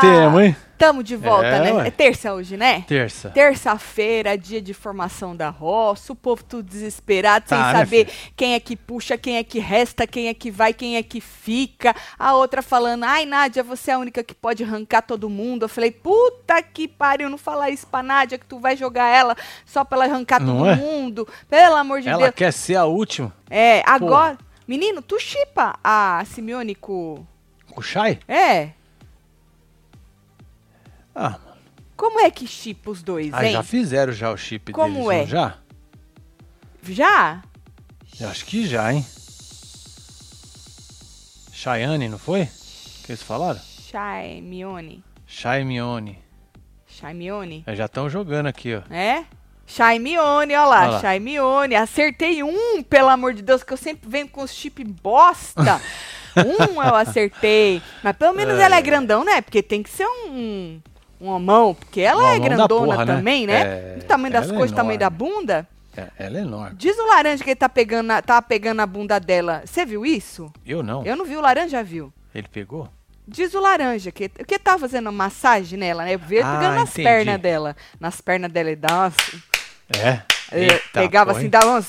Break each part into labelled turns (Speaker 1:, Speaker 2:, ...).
Speaker 1: Temo, hein?
Speaker 2: Tamo de volta,
Speaker 1: É,
Speaker 2: né?
Speaker 1: ué.
Speaker 2: É terça hoje, né?
Speaker 1: Terça.
Speaker 2: Terça-feira, dia de formação da roça, o povo tudo desesperado,
Speaker 1: Tá,
Speaker 2: sem
Speaker 1: né,
Speaker 2: saber quem é que puxa, quem é que resta, quem é que vai, quem é que fica. A outra falando, ai, Nádia, você é a única que pode arrancar todo mundo. Eu falei, puta que pariu, não fala isso pra Nádia, que tu vai jogar ela só pra ela arrancar
Speaker 1: Não
Speaker 2: todo
Speaker 1: é?
Speaker 2: mundo. Pelo amor de
Speaker 1: Ela
Speaker 2: Deus.
Speaker 1: quer ser a última.
Speaker 2: É, agora... Menino, tu chipa a Simeone com...
Speaker 1: O Shai?
Speaker 2: É,
Speaker 1: Ah, mano.
Speaker 2: como é que chipa os dois,
Speaker 1: Ah,
Speaker 2: hein?
Speaker 1: já fizeram já o chip
Speaker 2: Como
Speaker 1: deles, não
Speaker 2: é?
Speaker 1: já?
Speaker 2: Já?
Speaker 1: Eu acho que já, hein? Chayane, não foi? Que eles falaram?
Speaker 2: Shaimione.
Speaker 1: Chaimione.
Speaker 2: Shaimione?
Speaker 1: É, Já estão jogando aqui, ó.
Speaker 2: É? Shaimione, olha lá,
Speaker 1: Olha lá.
Speaker 2: Shaimione. Acertei um, pelo amor de Deus, que eu sempre venho com os chip bosta. um eu acertei. Mas pelo menos ela é grandão, né? Porque tem que ser um, um homão, porque ela
Speaker 1: Um
Speaker 2: é
Speaker 1: homão da
Speaker 2: grandona
Speaker 1: porra, né?
Speaker 2: também, né?
Speaker 1: É,
Speaker 2: o tamanho das
Speaker 1: ela é
Speaker 2: coisas, o tamanho da
Speaker 1: enorme.
Speaker 2: bunda.
Speaker 1: É, ela é enorme.
Speaker 2: Diz o laranja que ele tá pegando, na- tá pegando a bunda dela. Você viu isso?
Speaker 1: Eu não.
Speaker 2: Eu não vi, o laranja viu.
Speaker 1: Ele pegou?
Speaker 2: Diz o laranja, que, que tá fazendo massagem nela, né? Eu vi ele
Speaker 1: Ah,
Speaker 2: pegando nas
Speaker 1: entendi.
Speaker 2: pernas dela. Nas pernas dela, ele dá umas,
Speaker 1: É.
Speaker 2: eh,
Speaker 1: Eita,
Speaker 2: pegava
Speaker 1: pô,
Speaker 2: assim,
Speaker 1: hein?
Speaker 2: dava uns.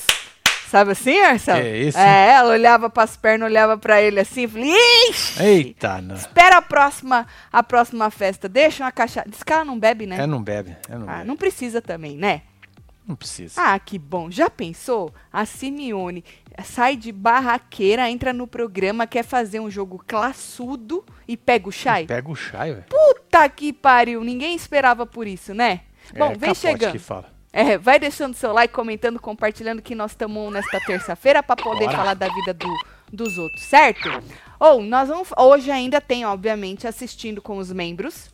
Speaker 2: Sabe assim, Marcelo?
Speaker 1: Que isso,
Speaker 2: É, ela olhava pras pernas, olhava pra ele assim, falei, ixi!
Speaker 1: Eita, não.
Speaker 2: Espera a próxima, a próxima festa, deixa uma caixa. Diz que ela não bebe, né?
Speaker 1: É, não bebe. É, não,
Speaker 2: Ah,
Speaker 1: bebe.
Speaker 2: não precisa também, né?
Speaker 1: não precisa.
Speaker 2: Ah, que bom. Já pensou? A Simeone sai de barraqueira, entra no programa, quer fazer um jogo classudo e pega o chai?
Speaker 1: Pega o chai, velho.
Speaker 2: Puta que pariu, ninguém esperava por isso, né? Bom,
Speaker 1: é,
Speaker 2: vem
Speaker 1: capote
Speaker 2: chegando.
Speaker 1: que fala.
Speaker 2: É, vai deixando seu like, comentando, compartilhando que nós estamos nesta terça-feira para poder
Speaker 1: Bora.
Speaker 2: falar da vida do- dos outros, certo? Ou nós vamos. Hoje ainda tem, obviamente, assistindo com os membros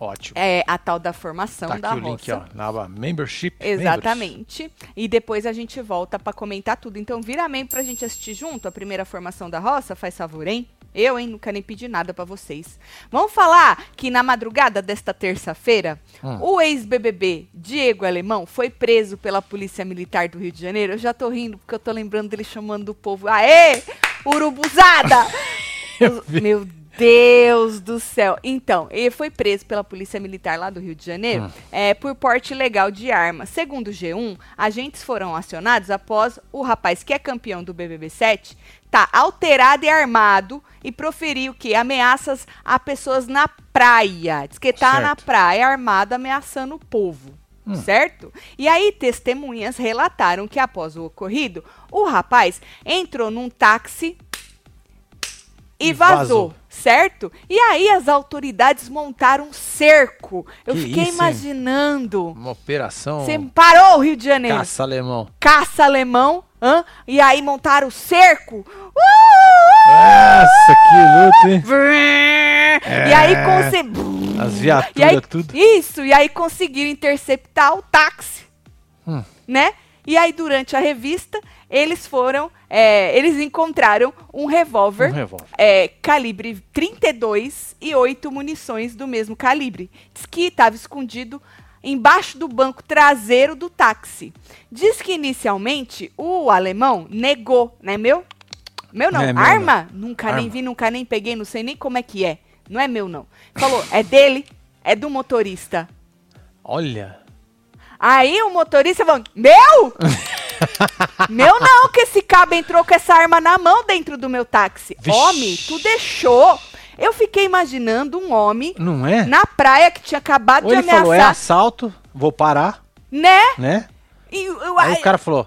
Speaker 1: Ótimo.
Speaker 2: é, a tal da formação
Speaker 1: tá
Speaker 2: da
Speaker 1: aqui o
Speaker 2: roça.
Speaker 1: link, ó. Na aba membership. membros.
Speaker 2: Exatamente. E depois a gente volta pra comentar tudo. Então vira membro pra gente assistir junto a primeira formação da roça, faz favor, hein? Eu, hein, nunca nem pedi nada pra vocês. Vamos falar que na madrugada desta terça-feira,
Speaker 1: Hum.
Speaker 2: o ex-BBB Diego Alemão foi preso pela Polícia Militar do Rio de Janeiro. Eu já tô rindo porque eu tô lembrando dele chamando o povo. Aê! Urubuzada! Os- Meu Deus do céu. Então, ele foi preso pela Polícia Militar lá do Rio de Janeiro é, por porte ilegal de arma. Segundo o G1, agentes foram acionados após o rapaz que é campeão do BBB7 tá alterado e armado e proferiu que ameaças a pessoas na praia. Diz que tá
Speaker 1: Certo.
Speaker 2: na praia armado ameaçando o povo. Certo? E aí, testemunhas relataram que após o ocorrido, o rapaz entrou num táxi e
Speaker 1: E
Speaker 2: vazou,
Speaker 1: vazou.
Speaker 2: certo? E aí as autoridades montaram um cerco. Eu
Speaker 1: Que
Speaker 2: fiquei
Speaker 1: isso, hein?
Speaker 2: imaginando.
Speaker 1: Uma operação
Speaker 2: Você parou o Rio de Janeiro. Caça,
Speaker 1: caça alemão.
Speaker 2: alemão, hã? E aí montaram o cerco. Uh!
Speaker 1: Nossa, que luta, hein?
Speaker 2: E aí conseguiram.
Speaker 1: As
Speaker 2: E aí,
Speaker 1: viaturas, É, tudo.
Speaker 2: Isso, e aí conseguiram interceptar o táxi.
Speaker 1: Hum.
Speaker 2: Né? E aí, durante a revista, eles foram. é, eles encontraram um revólver
Speaker 1: Um revólver.
Speaker 2: é, calibre 32 e 8 munições do mesmo calibre. Diz que estava escondido embaixo do banco traseiro do táxi. Diz que inicialmente o alemão negou, né, meu? Meu não,
Speaker 1: É meu,
Speaker 2: arma? Nunca nem
Speaker 1: Arma.
Speaker 2: vi, nunca nem peguei, não sei nem como é que é. Não é meu não. Falou, é dele, é do motorista.
Speaker 1: Olha.
Speaker 2: Aí o motorista falou, meu? meu não, que esse cabo entrou com essa arma na mão dentro do meu táxi.
Speaker 1: Vixe.
Speaker 2: Homem, tu deixou. Eu fiquei imaginando um homem
Speaker 1: Não é?
Speaker 2: na praia que tinha acabado
Speaker 1: Ou
Speaker 2: de
Speaker 1: ele
Speaker 2: ameaçar,
Speaker 1: falou, é assalto, vou parar,
Speaker 2: né?
Speaker 1: né?
Speaker 2: E, eu-
Speaker 1: Aí
Speaker 2: aí,
Speaker 1: o cara falou,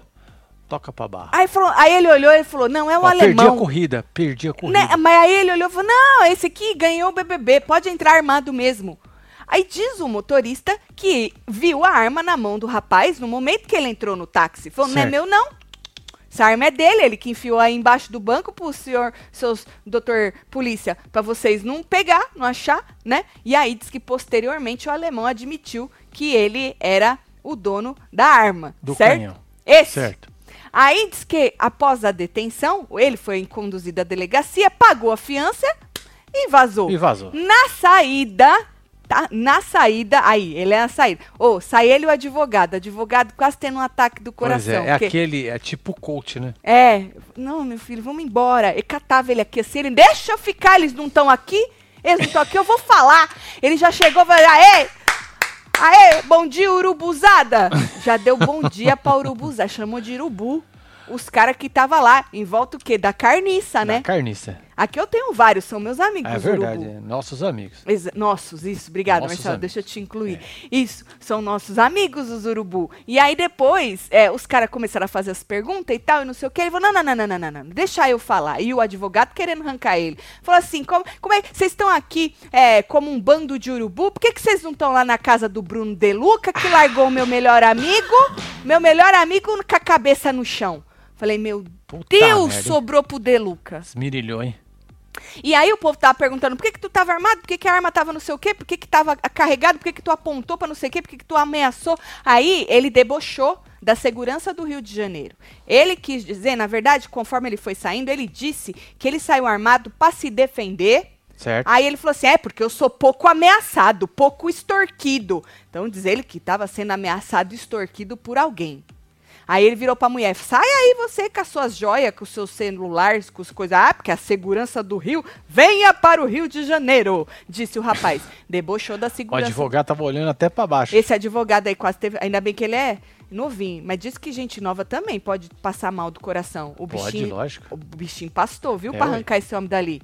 Speaker 1: toca pra barra.
Speaker 2: aí falou- aí ele olhou e falou, não, é um
Speaker 1: Ó, perdi a
Speaker 2: alemão.
Speaker 1: corrida, perdi a corrida.
Speaker 2: Né? Mas aí ele olhou e falou: não, esse aqui ganhou o BBB, pode entrar armado mesmo. Aí diz o motorista que viu a arma na mão do rapaz no momento que ele entrou no táxi. Falou: não é
Speaker 1: Certo.
Speaker 2: meu, não. Essa arma é dele, ele que enfiou aí embaixo do banco pro senhor, seus doutor polícia, pra vocês não pegar, não achar, né? E aí diz que posteriormente o alemão admitiu que ele era o dono da arma,
Speaker 1: Do
Speaker 2: certo?
Speaker 1: canhão.
Speaker 2: Esse.
Speaker 1: Certo.
Speaker 2: Aí diz que após a detenção, ele foi conduzido à delegacia, pagou a fiança e vazou.
Speaker 1: E vazou.
Speaker 2: Na saída, tá? Na saída, aí, ele é na saída. Ô, sai ele e o advogado. Advogado quase tendo um ataque do
Speaker 1: Pois
Speaker 2: coração.
Speaker 1: é, é
Speaker 2: porque-
Speaker 1: aquele, é tipo coach, né?
Speaker 2: é, não, meu filho, vamos embora. E catava ele aqui assim, ele, deixa eu ficar, eles não estão aqui. Eles não estão aqui, eu vou falar. Ele já chegou e falou, aê! Aê, bom dia, urubuzada! Já deu bom dia pra urubuzada, chamou de urubu. Os caras que tava lá, em volta o quê? Da carniça, né?
Speaker 1: Na carniça.
Speaker 2: Aqui eu tenho vários, são meus amigos.
Speaker 1: É
Speaker 2: os
Speaker 1: verdade,
Speaker 2: urubu.
Speaker 1: é. nossos amigos.
Speaker 2: Exa- Nossos, isso, obrigada,
Speaker 1: Nossos
Speaker 2: Marcelo.
Speaker 1: amigos. É.
Speaker 2: Deixa eu te incluir. Isso, são nossos amigos, os urubu. E aí depois, é, os caras começaram a fazer as perguntas e tal, e não sei o que. Ele falou: não, não, não, não, não, não, não, deixa eu falar. E o advogado querendo arrancar ele. Falou assim: como, como é que vocês estão aqui é, como um bando de urubu? Por que que vocês não estão lá na casa do Bruno Deluca, que largou o meu melhor amigo? Meu melhor amigo com a cabeça no chão. Falei, meu
Speaker 1: Puta
Speaker 2: Deus,
Speaker 1: merda, hein?
Speaker 2: sobrou pro Deluca.
Speaker 1: Esmirilhou, hein?
Speaker 2: E aí o povo tava perguntando por que, que tu tava armado, por que, que a arma tava não sei o quê, por que, que tava carregado, por que, que tu apontou pra não sei o quê, por que, que tu ameaçou. Aí ele debochou da segurança do Rio de Janeiro. Ele quis dizer, na verdade, conforme ele foi saindo, ele disse que ele saiu armado pra se defender.
Speaker 1: Certo?
Speaker 2: Aí ele falou assim: é porque eu sou pouco ameaçado, pouco extorquido. Então diz ele que estava sendo ameaçado e extorquido por alguém. Aí ele virou pra mulher: assim, sai aí você com as suas joias, com os seus celulares, com as coisas. Ah, porque a segurança do Rio, venha para o Rio de Janeiro, disse o rapaz. Debochou da
Speaker 1: O
Speaker 2: segurança.
Speaker 1: advogado tava olhando até pra baixo.
Speaker 2: Esse advogado aí quase teve. Ainda bem que ele é novinho, mas diz que gente nova também pode passar mal do coração. O
Speaker 1: Pode,
Speaker 2: bichinho,
Speaker 1: lógico.
Speaker 2: o bichinho pastou, viu?
Speaker 1: É,
Speaker 2: pra
Speaker 1: ué.
Speaker 2: arrancar esse homem dali.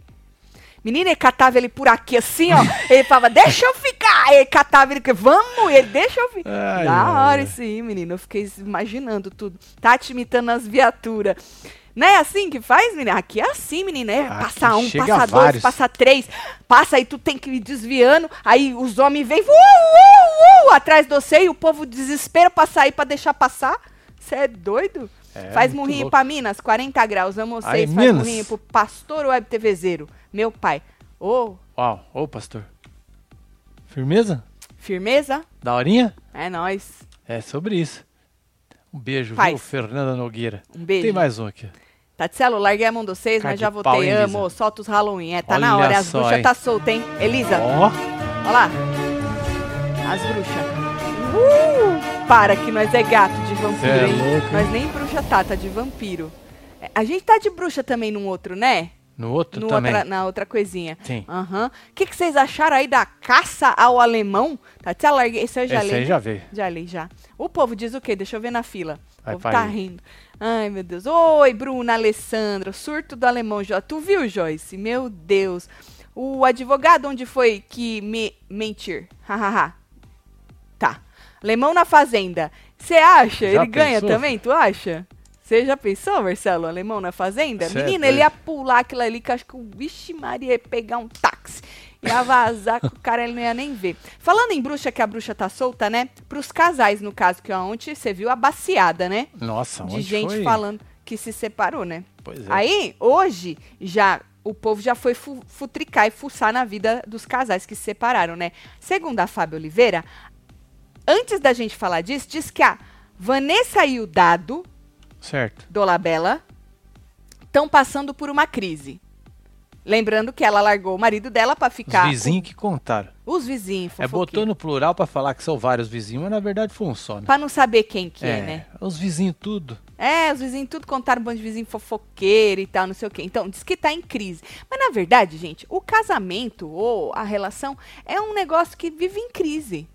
Speaker 2: Menina, ele catava ele por aqui, assim, ó. ele falava, deixa eu ficar. Ele catava ele, vamos, ele, deixa eu ficar.
Speaker 1: Ai,
Speaker 2: da
Speaker 1: ai,
Speaker 2: hora
Speaker 1: ai.
Speaker 2: isso aí, menina. Eu fiquei imaginando tudo. Tá te imitando as viaturas. Não é assim que faz, menina? Aqui é assim, menina. É
Speaker 1: Aqui
Speaker 2: passar um,
Speaker 1: chega
Speaker 2: passar dois,
Speaker 1: vários.
Speaker 2: passar três. Passa aí, tu tem que ir desviando. Aí os homens vêm, uh, uh, uh, atrás de você. E o povo desespera pra sair, pra deixar passar. Você é doido?
Speaker 1: É,
Speaker 2: faz
Speaker 1: muito
Speaker 2: murrinho
Speaker 1: louco.
Speaker 2: pra Minas, 40 graus. Amo vocês.
Speaker 1: Aí,
Speaker 2: faz
Speaker 1: Minas.
Speaker 2: murrinho pro pastor web TVzeiro. Meu pai. Ô,
Speaker 1: Uau, ô pastor. Firmeza?
Speaker 2: firmeza?
Speaker 1: Daorinha?
Speaker 2: É nóis.
Speaker 1: É sobre isso. Um beijo,
Speaker 2: Faz.
Speaker 1: viu, Fernanda Nogueira.
Speaker 2: Um beijo.
Speaker 1: Tem mais um aqui.
Speaker 2: Tatielo, larguei a mão Tá de vocês,
Speaker 1: Cara
Speaker 2: mas
Speaker 1: de
Speaker 2: já
Speaker 1: pau,
Speaker 2: voltei.
Speaker 1: hein, Elisa?
Speaker 2: Amo, solta os Halloween. É, tá na
Speaker 1: Olha
Speaker 2: hora, as
Speaker 1: só,
Speaker 2: bruxas
Speaker 1: hein?
Speaker 2: tá solta, hein? Elisa,
Speaker 1: Ó,
Speaker 2: ó lá. As bruxas. Uh, para, que nós é gato de vampiro,
Speaker 1: Cê é
Speaker 2: hein?
Speaker 1: louco, hein?
Speaker 2: Nós nem bruxa tá, tá de vampiro. É, A gente tá de bruxa também num outro, né?
Speaker 1: no outro
Speaker 2: No
Speaker 1: também.
Speaker 2: outra- na outra coisinha.
Speaker 1: Sim.
Speaker 2: Aham. O que, que vocês acharam aí da caça ao alemão? Tatielo, larguei. Esse eu já
Speaker 1: Esse
Speaker 2: li.
Speaker 1: aí já veio.
Speaker 2: Já li, já. O povo diz o quê? Deixa eu ver na fila. O
Speaker 1: Vai,
Speaker 2: povo
Speaker 1: vai.
Speaker 2: tá rindo. Ai, meu Deus. Oi, Bruna, Alessandra. Surto do alemão, Joyce. Tu viu, Joyce? Meu Deus. O advogado onde foi que me mentir? Hahaha. tá. Alemão na fazenda. Você acha?
Speaker 1: Já
Speaker 2: Ele ganha
Speaker 1: pensou?
Speaker 2: também, tu acha? Você já pensou, Marcelo? Alemão na fazenda?
Speaker 1: Cê é
Speaker 2: Menina, ele
Speaker 1: doido.
Speaker 2: ia pular aquilo ali que eu acho que o bicho Maria ia pegar um táxi. Ia vazar que o cara ele não ia nem ver. Falando em bruxa, que a bruxa tá solta, né? Pros casais, no caso, que ontem você viu a baciada, né?
Speaker 1: Nossa,
Speaker 2: De
Speaker 1: Então, onde
Speaker 2: gente
Speaker 1: foi?
Speaker 2: falando que se separou, né?
Speaker 1: Pois é.
Speaker 2: Aí, hoje, já o povo já foi fu- futricar e fuçar na vida dos casais que se separaram, né? Segundo a Fábio Oliveira, antes da gente falar disso, diz que a Vanessa e o Dado,
Speaker 1: Certo.
Speaker 2: Dolabella, estão passando por uma crise. Lembrando que ela largou o marido dela pra
Speaker 1: Os
Speaker 2: ficar.
Speaker 1: vizinhos que contaram.
Speaker 2: com- Os vizinhos,
Speaker 1: É, botou no plural pra falar que são vários vizinhos, mas na verdade foi um só, né?
Speaker 2: Pra não saber quem que é, né?
Speaker 1: Os vizinhos tudo.
Speaker 2: É, os vizinhos tudo contaram um bando de vizinho fofoqueiro e tal, não sei o quê. Então, diz que tá em crise. Mas, na verdade, gente, o casamento ou a relação é um negócio que vive em crise.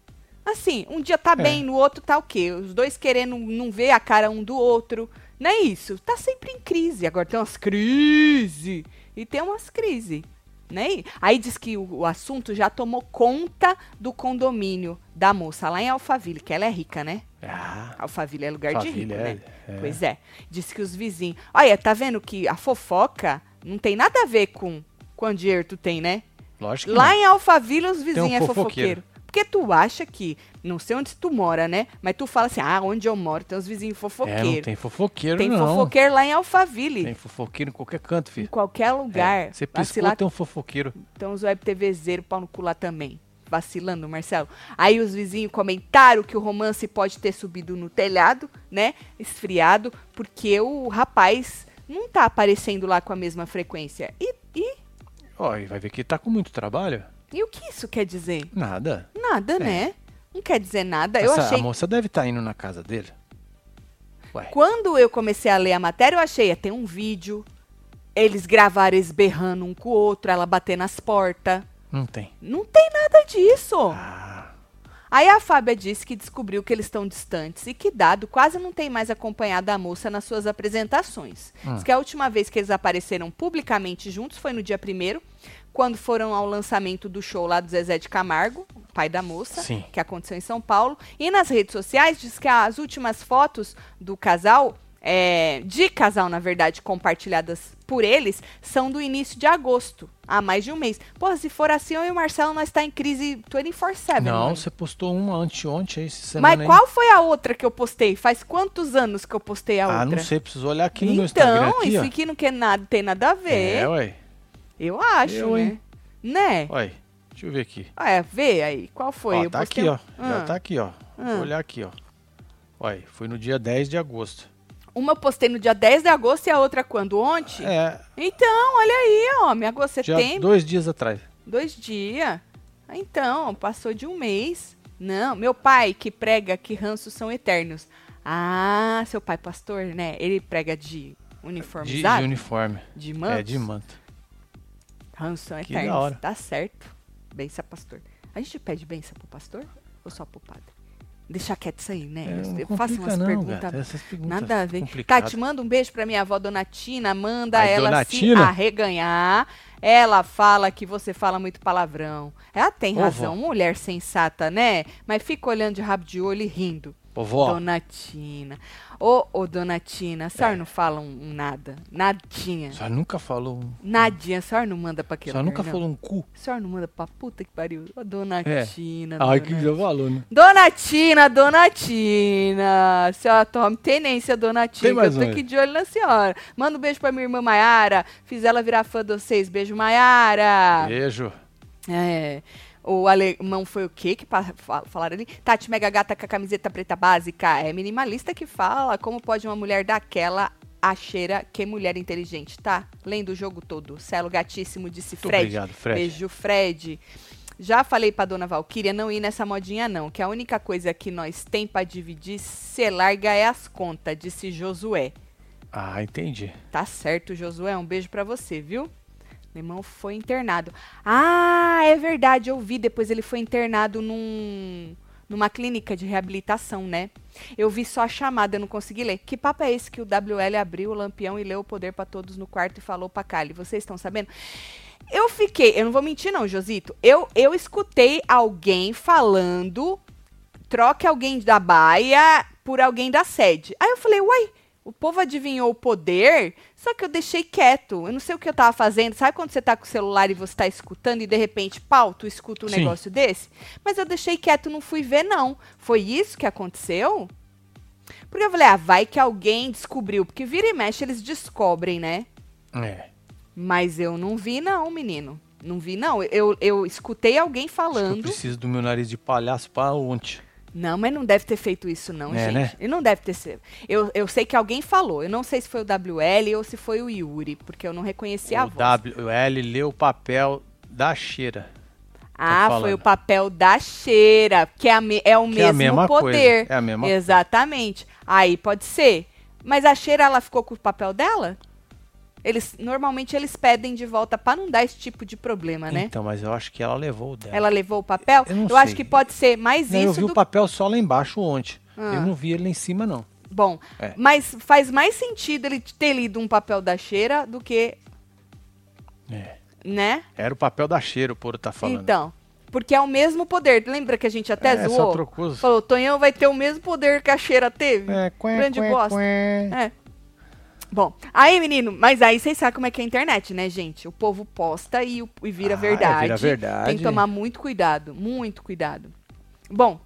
Speaker 2: Assim, um dia tá bem, no outro tá o quê? Os dois querendo não ver a cara um do outro. Não é isso. Tá sempre em crise. Agora tem umas crises. E tem umas crises. Né? Aí diz que o, o assunto já tomou conta do condomínio da moça lá em Alphaville, que ela é rica, né?
Speaker 1: Ah,
Speaker 2: Alphaville é lugar de rico,
Speaker 1: Alphaville é-
Speaker 2: né? Pois é. Diz que os vizinhos. Olha, tá vendo que a fofoca não tem nada a ver com quanto dinheiro tu tem, né?
Speaker 1: lógico que
Speaker 2: Lá
Speaker 1: não.
Speaker 2: em Alphaville os vizinhos
Speaker 1: um
Speaker 2: é fofoqueiro.
Speaker 1: fofoqueiro.
Speaker 2: Porque tu acha que, não sei onde tu mora, né? Mas tu fala assim, ah, onde eu moro tem os vizinhos
Speaker 1: É, não
Speaker 2: fofoqueiros.
Speaker 1: tem fofoqueiro,
Speaker 2: tem
Speaker 1: não.
Speaker 2: fofoqueiro lá em Alphaville.
Speaker 1: Tem fofoqueiro em qualquer canto,
Speaker 2: Em
Speaker 1: filho.
Speaker 2: qualquer lugar.
Speaker 1: É, Você
Speaker 2: Assim,
Speaker 1: piscou,
Speaker 2: lá
Speaker 1: tem um fofoqueiro.
Speaker 2: então os web TVzeiro pau no cu lá também. Vacilando, Marcelo. Aí os vizinhos comentaram que o romance pode ter subido no telhado, né? Esfriado, porque o rapaz não tá aparecendo lá com a mesma frequência. E, e,
Speaker 1: Ó, e vai ver que tá com muito trabalho.
Speaker 2: e o que isso quer dizer?
Speaker 1: Nada.
Speaker 2: Nada, né? Não quer dizer nada. É, eu
Speaker 1: Essa-
Speaker 2: achei.
Speaker 1: A moça deve estar indo na casa dele. Ué,
Speaker 2: Quando eu comecei a ler a matéria, eu achei, é, tem um vídeo. Eles gravaram esberrando um com o outro, ela batendo nas portas.
Speaker 1: Não tem.
Speaker 2: Não tem nada disso.
Speaker 1: Ah,
Speaker 2: Aí a Fábia disse que descobriu que eles estão distantes e que Dado quase não tem mais acompanhado a moça nas suas apresentações.
Speaker 1: Ah.
Speaker 2: Diz que a última vez que eles apareceram publicamente juntos foi no dia primeiro, quando foram ao lançamento do show lá do Zezé de Camargo, pai da moça,
Speaker 1: Sim.
Speaker 2: que aconteceu em São Paulo. E nas redes sociais diz que as últimas fotos do casal, é, de casal na verdade, compartilhadas por eles, são do início de agosto, há mais de um mês. Pô, se for assim, eu e o Marcelo, nós tá em crise 24-7.
Speaker 1: não,
Speaker 2: mano.
Speaker 1: você postou uma anteontem aí, essa semana.
Speaker 2: É Mas
Speaker 1: aí.
Speaker 2: qual é foi a outra que eu postei? Faz quantos anos que eu postei a
Speaker 1: Ah,
Speaker 2: outra?
Speaker 1: não sei, preciso olhar aqui no meu Instagram.
Speaker 2: então,
Speaker 1: aqui,
Speaker 2: isso
Speaker 1: ó.
Speaker 2: aqui não quer nada, tem nada a ver.
Speaker 1: É, ué.
Speaker 2: eu acho,
Speaker 1: Eu,
Speaker 2: né?
Speaker 1: hein?
Speaker 2: Né?
Speaker 1: Ué, deixa eu ver aqui.
Speaker 2: É, vê aí, qual foi?
Speaker 1: ó,
Speaker 2: Eu
Speaker 1: tá
Speaker 2: postei
Speaker 1: aqui,
Speaker 2: um-
Speaker 1: ó. Já
Speaker 2: Ah.
Speaker 1: tá aqui, ó. Vou olhar aqui, ó. Olha, foi no dia 10 de agosto.
Speaker 2: Uma eu postei no dia 10 de agosto e a outra quando? Ontem?
Speaker 1: É,
Speaker 2: Então, olha aí, ó, me agosto,
Speaker 1: já
Speaker 2: setembro,
Speaker 1: dois dias atrás.
Speaker 2: dois dias. Ah, Então, passou de um mês. Não, meu pai que prega que ranços são eternos. Ah, seu pai pastor, né? Ele prega de
Speaker 1: De, de
Speaker 2: uniformizado?
Speaker 1: uniforme.
Speaker 2: de manto?
Speaker 1: É, de manta.
Speaker 2: Ransom
Speaker 1: Que
Speaker 2: eterno.
Speaker 1: da hora.
Speaker 2: Tá certo. Benção, pastor. A gente pede benção pro pastor ou só pro padre? Deixa quieto isso aí, né?
Speaker 1: É,
Speaker 2: Eu-
Speaker 1: não
Speaker 2: eu faço
Speaker 1: complica
Speaker 2: umas
Speaker 1: não, é
Speaker 2: perguntas.
Speaker 1: gata, Essas perguntas
Speaker 2: Nada a ver.
Speaker 1: complicadas.
Speaker 2: Tati, manda um beijo pra minha avó Donatina. Manda
Speaker 1: Ai,
Speaker 2: ela
Speaker 1: Donatina?
Speaker 2: se arreganhar. Ela fala que você fala muito palavrão. Ela tem
Speaker 1: Ô,
Speaker 2: razão,
Speaker 1: vó.
Speaker 2: mulher sensata, né? Mas fica olhando de rabo de olho e rindo.
Speaker 1: Ô, vó,
Speaker 2: Donatina. Ô, ô, Donatina, a
Speaker 1: É.
Speaker 2: senhora não fala um, um nada. Nadinha.
Speaker 1: a senhora nunca falou um...
Speaker 2: Nadinha, a senhora não manda pra
Speaker 1: A
Speaker 2: aquele
Speaker 1: senhora nunca
Speaker 2: lugar, não?
Speaker 1: falou um cu.
Speaker 2: A senhora não manda pra puta que pariu. Ô, dona
Speaker 1: É.
Speaker 2: Tina.
Speaker 1: Ai,
Speaker 2: dona...
Speaker 1: que já falou, né?
Speaker 2: Dona Tina, dona Tina. A senhora tome tenência, dona Tina.
Speaker 1: Tem mais
Speaker 2: que eu
Speaker 1: um
Speaker 2: tô
Speaker 1: aí.
Speaker 2: aqui de olho na senhora. Manda um beijo pra minha irmã Maiara. Fiz ela virar fã de vocês. Beijo, Maiara.
Speaker 1: Beijo.
Speaker 2: É. O alemão foi o quê que pa- fa- falaram ali? Tati Mega Gata com a camiseta preta básica. É minimalista que fala como pode uma mulher daquela acheira que mulher inteligente, tá? Lendo o jogo todo. Celo gatíssimo, disse
Speaker 1: Muito
Speaker 2: Fred.
Speaker 1: obrigado, Fred.
Speaker 2: Beijo, Fred. Já falei pra dona Valquíria não ir nessa modinha, não. Que a única coisa que nós tem pra dividir, se larga, é as contas, disse Josué.
Speaker 1: Ah, entendi.
Speaker 2: Tá certo, Josué. Um beijo pra você, viu? Lemão foi internado. Ah, é verdade, eu vi. Depois ele foi internado num, numa clínica de reabilitação, né? Eu vi só a chamada, eu não consegui ler. Que papo é esse que o WL abriu o lampião e leu o poder pra todos no quarto e falou pra Kali? Vocês estão sabendo? Eu fiquei, eu não vou mentir não, Josito. Eu, eu escutei alguém falando troque alguém da baia por alguém da sede. Aí eu falei, uai, o povo adivinhou o poder, só que eu deixei quieto. Eu não sei o que eu tava fazendo. Sabe quando você tá com o celular e você tá escutando e de repente, pau, tu escuta um
Speaker 1: Sim.
Speaker 2: negócio desse? Mas eu deixei quieto, não fui ver, não. Foi isso que aconteceu? Porque eu falei, ah, vai que alguém descobriu. Porque vira e mexe, eles descobrem, né?
Speaker 1: É,
Speaker 2: Mas eu não vi, não, menino. Não vi, não. Eu, eu escutei alguém
Speaker 1: acho que eu
Speaker 2: falando.
Speaker 1: preciso do meu nariz de palhaço pra ontem.
Speaker 2: Não, mas não deve ter feito isso, não,
Speaker 1: É,
Speaker 2: gente.
Speaker 1: né?
Speaker 2: Ele não deve ter sido. Eu, eu sei que alguém falou. Eu não sei se foi o WL ou se foi o Yuri, porque eu não reconheci a
Speaker 1: É O
Speaker 2: voz.
Speaker 1: WL leu o papel da cheira.
Speaker 2: ah, foi
Speaker 1: tá falando.
Speaker 2: o papel da cheira, que é, a me- é o
Speaker 1: Que
Speaker 2: mesmo
Speaker 1: é a mesma
Speaker 2: poder.
Speaker 1: coisa. É a mesma
Speaker 2: Exatamente. Aí pode ser. Mas a cheira, ela ficou com o papel dela? Eles normalmente eles pedem de volta pra não dar esse tipo de problema, né?
Speaker 1: Então, mas eu acho que ela levou o dela.
Speaker 2: Ela levou o papel?
Speaker 1: Eu não
Speaker 2: acho
Speaker 1: sei.
Speaker 2: que pode ser mais
Speaker 1: Não, eu
Speaker 2: isso
Speaker 1: vi
Speaker 2: do
Speaker 1: o papel só lá embaixo ontem.
Speaker 2: Ah.
Speaker 1: Eu não vi ele lá em cima, não.
Speaker 2: Bom,
Speaker 1: É.
Speaker 2: mas faz mais sentido ele ter lido um papel da cheira do que,
Speaker 1: É.
Speaker 2: né?
Speaker 1: Era o papel da cheira, o Poro tá falando.
Speaker 2: Então, porque é o mesmo poder. Lembra que a gente até
Speaker 1: É, só
Speaker 2: zoou?
Speaker 1: trocou os-
Speaker 2: Falou, Tonhão vai ter o mesmo poder que a cheira teve.
Speaker 1: É, quen,
Speaker 2: Grande
Speaker 1: quen,
Speaker 2: bosta.
Speaker 1: quen.
Speaker 2: É. Bom, aí, menino, mas aí vocês sabem como é que é a internet, né, gente? O povo posta e, o- e vira
Speaker 1: Ah, é,
Speaker 2: verdade.
Speaker 1: vira verdade.
Speaker 2: Tem que tomar muito cuidado, muito cuidado. Bom,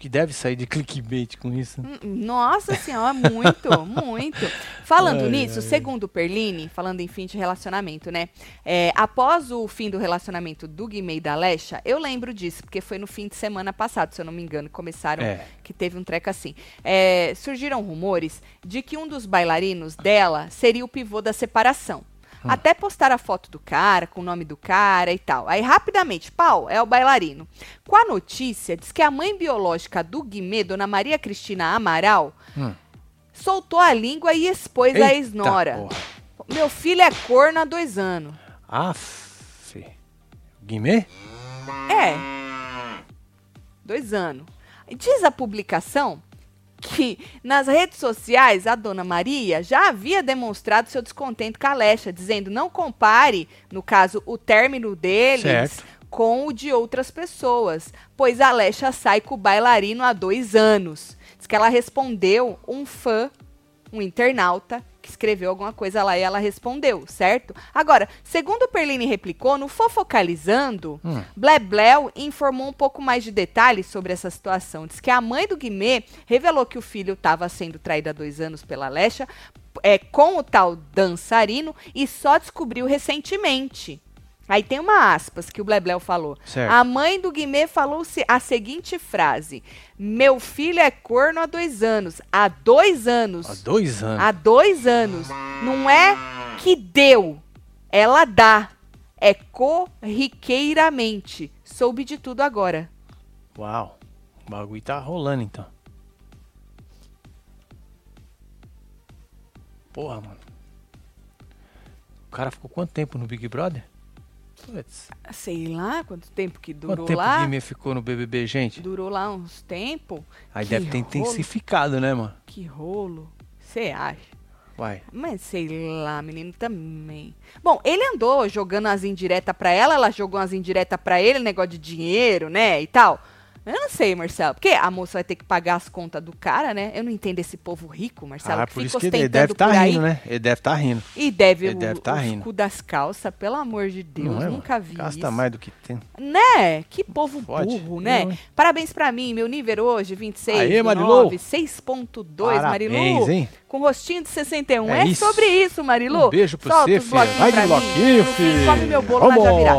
Speaker 1: Que deve sair de clickbait com isso. né?
Speaker 2: Hum, Nossa senhora, muito, muito. Falando
Speaker 1: Ai,
Speaker 2: nisso, segundo o Perline, falando em fim de relacionamento, né? É, após o fim do relacionamento do Guimê e da Alexa, eu lembro disso, porque foi no fim de semana passado, se eu não me engano, que começaram
Speaker 1: É.
Speaker 2: que teve um treco assim. É, surgiram rumores de que um dos bailarinos dela seria o pivô da separação.
Speaker 1: Hum.
Speaker 2: Até postar a foto do cara, com o nome do cara e tal. Aí, rapidamente, pau, é o bailarino. Com a notícia, diz que a mãe biológica do Guimê, Dona Maria Cristina Amaral,
Speaker 1: Hum.
Speaker 2: soltou a língua e expôs é a
Speaker 1: Eita
Speaker 2: ex-nora.
Speaker 1: porra.
Speaker 2: Meu filho é corno há dois anos.
Speaker 1: Aff. Guimê?
Speaker 2: É. Dois anos. Diz a publicação que nas redes sociais a dona Maria já havia demonstrado seu descontento com a Alexa, dizendo não compare, no caso, o término deles
Speaker 1: Certo.
Speaker 2: com o de outras pessoas, pois a Alexa sai com o bailarino há dois anos. Diz que ela respondeu um fã, um internauta, que escreveu alguma coisa lá e ela respondeu, certo? Agora, segundo o Perline replicou, no Fofocalizando,
Speaker 1: Hum.
Speaker 2: Blebleu informou um pouco mais de detalhes sobre essa situação. Diz que a mãe do Guimê revelou que o filho estava sendo traído há dois anos pela Lecha é, com o tal dançarino e só descobriu recentemente. Aí tem uma aspas que o Blebleu falou.
Speaker 1: Certo.
Speaker 2: A mãe do Guimê falou se- a seguinte frase: Meu filho é corno há dois anos. Há dois anos.
Speaker 1: Há dois anos.
Speaker 2: Há dois anos. Não é que deu, ela dá. É corriqueiramente. Soube de tudo agora.
Speaker 1: Uau. O bagulho tá rolando então. Porra, mano. O cara ficou quanto tempo no Big Brother? Putz.
Speaker 2: Sei lá quanto tempo que
Speaker 1: Quanto
Speaker 2: durou
Speaker 1: tempo o
Speaker 2: lá.
Speaker 1: Guimê ficou no BBB, gente?
Speaker 2: Durou lá uns tempo.
Speaker 1: Aí
Speaker 2: Que
Speaker 1: deve ter
Speaker 2: rolo.
Speaker 1: intensificado, né, mano?
Speaker 2: Que rolo. Você acha?
Speaker 1: Vai.
Speaker 2: Mas sei lá, menino, também. Bom, ele andou jogando as indiretas pra ela, ela jogou as indiretas pra ele, negócio de dinheiro, né, e tal. Eu não sei, Marcelo, porque a moça vai ter que pagar as contas do cara, né? Eu não entendo esse povo rico, Marcelo,
Speaker 1: ah,
Speaker 2: que
Speaker 1: por
Speaker 2: fica
Speaker 1: isso que
Speaker 2: ostentando
Speaker 1: ele deve
Speaker 2: por
Speaker 1: tá
Speaker 2: aí
Speaker 1: rindo, né? Ele deve tá rindo.
Speaker 2: e deve
Speaker 1: Ele
Speaker 2: o,
Speaker 1: deve tá
Speaker 2: os
Speaker 1: rindo.
Speaker 2: cu das calças, pelo amor de Deus,
Speaker 1: Não é,
Speaker 2: nunca
Speaker 1: mano?
Speaker 2: vi
Speaker 1: Gasta
Speaker 2: isso.
Speaker 1: mais do que tem.
Speaker 2: Né? Que povo
Speaker 1: Fode.
Speaker 2: burro, né?
Speaker 1: Não, hein?
Speaker 2: Parabéns pra mim, meu nível hoje, 26,
Speaker 1: Aê, Marilu!
Speaker 2: 9, 6.2, Marilu
Speaker 1: Parabéns, hein?
Speaker 2: com rostinho de 61.
Speaker 1: É
Speaker 2: É,
Speaker 1: isso.
Speaker 2: sobre isso, Marilu.
Speaker 1: Um beijo pra
Speaker 2: Solta
Speaker 1: você,
Speaker 2: os
Speaker 1: filha.
Speaker 2: bloquinhos
Speaker 1: Vai de
Speaker 2: pra mim.
Speaker 1: bloquinho,
Speaker 2: No fim,
Speaker 1: filho.
Speaker 2: Come meu bolo na
Speaker 1: Vamos!
Speaker 2: Javirá.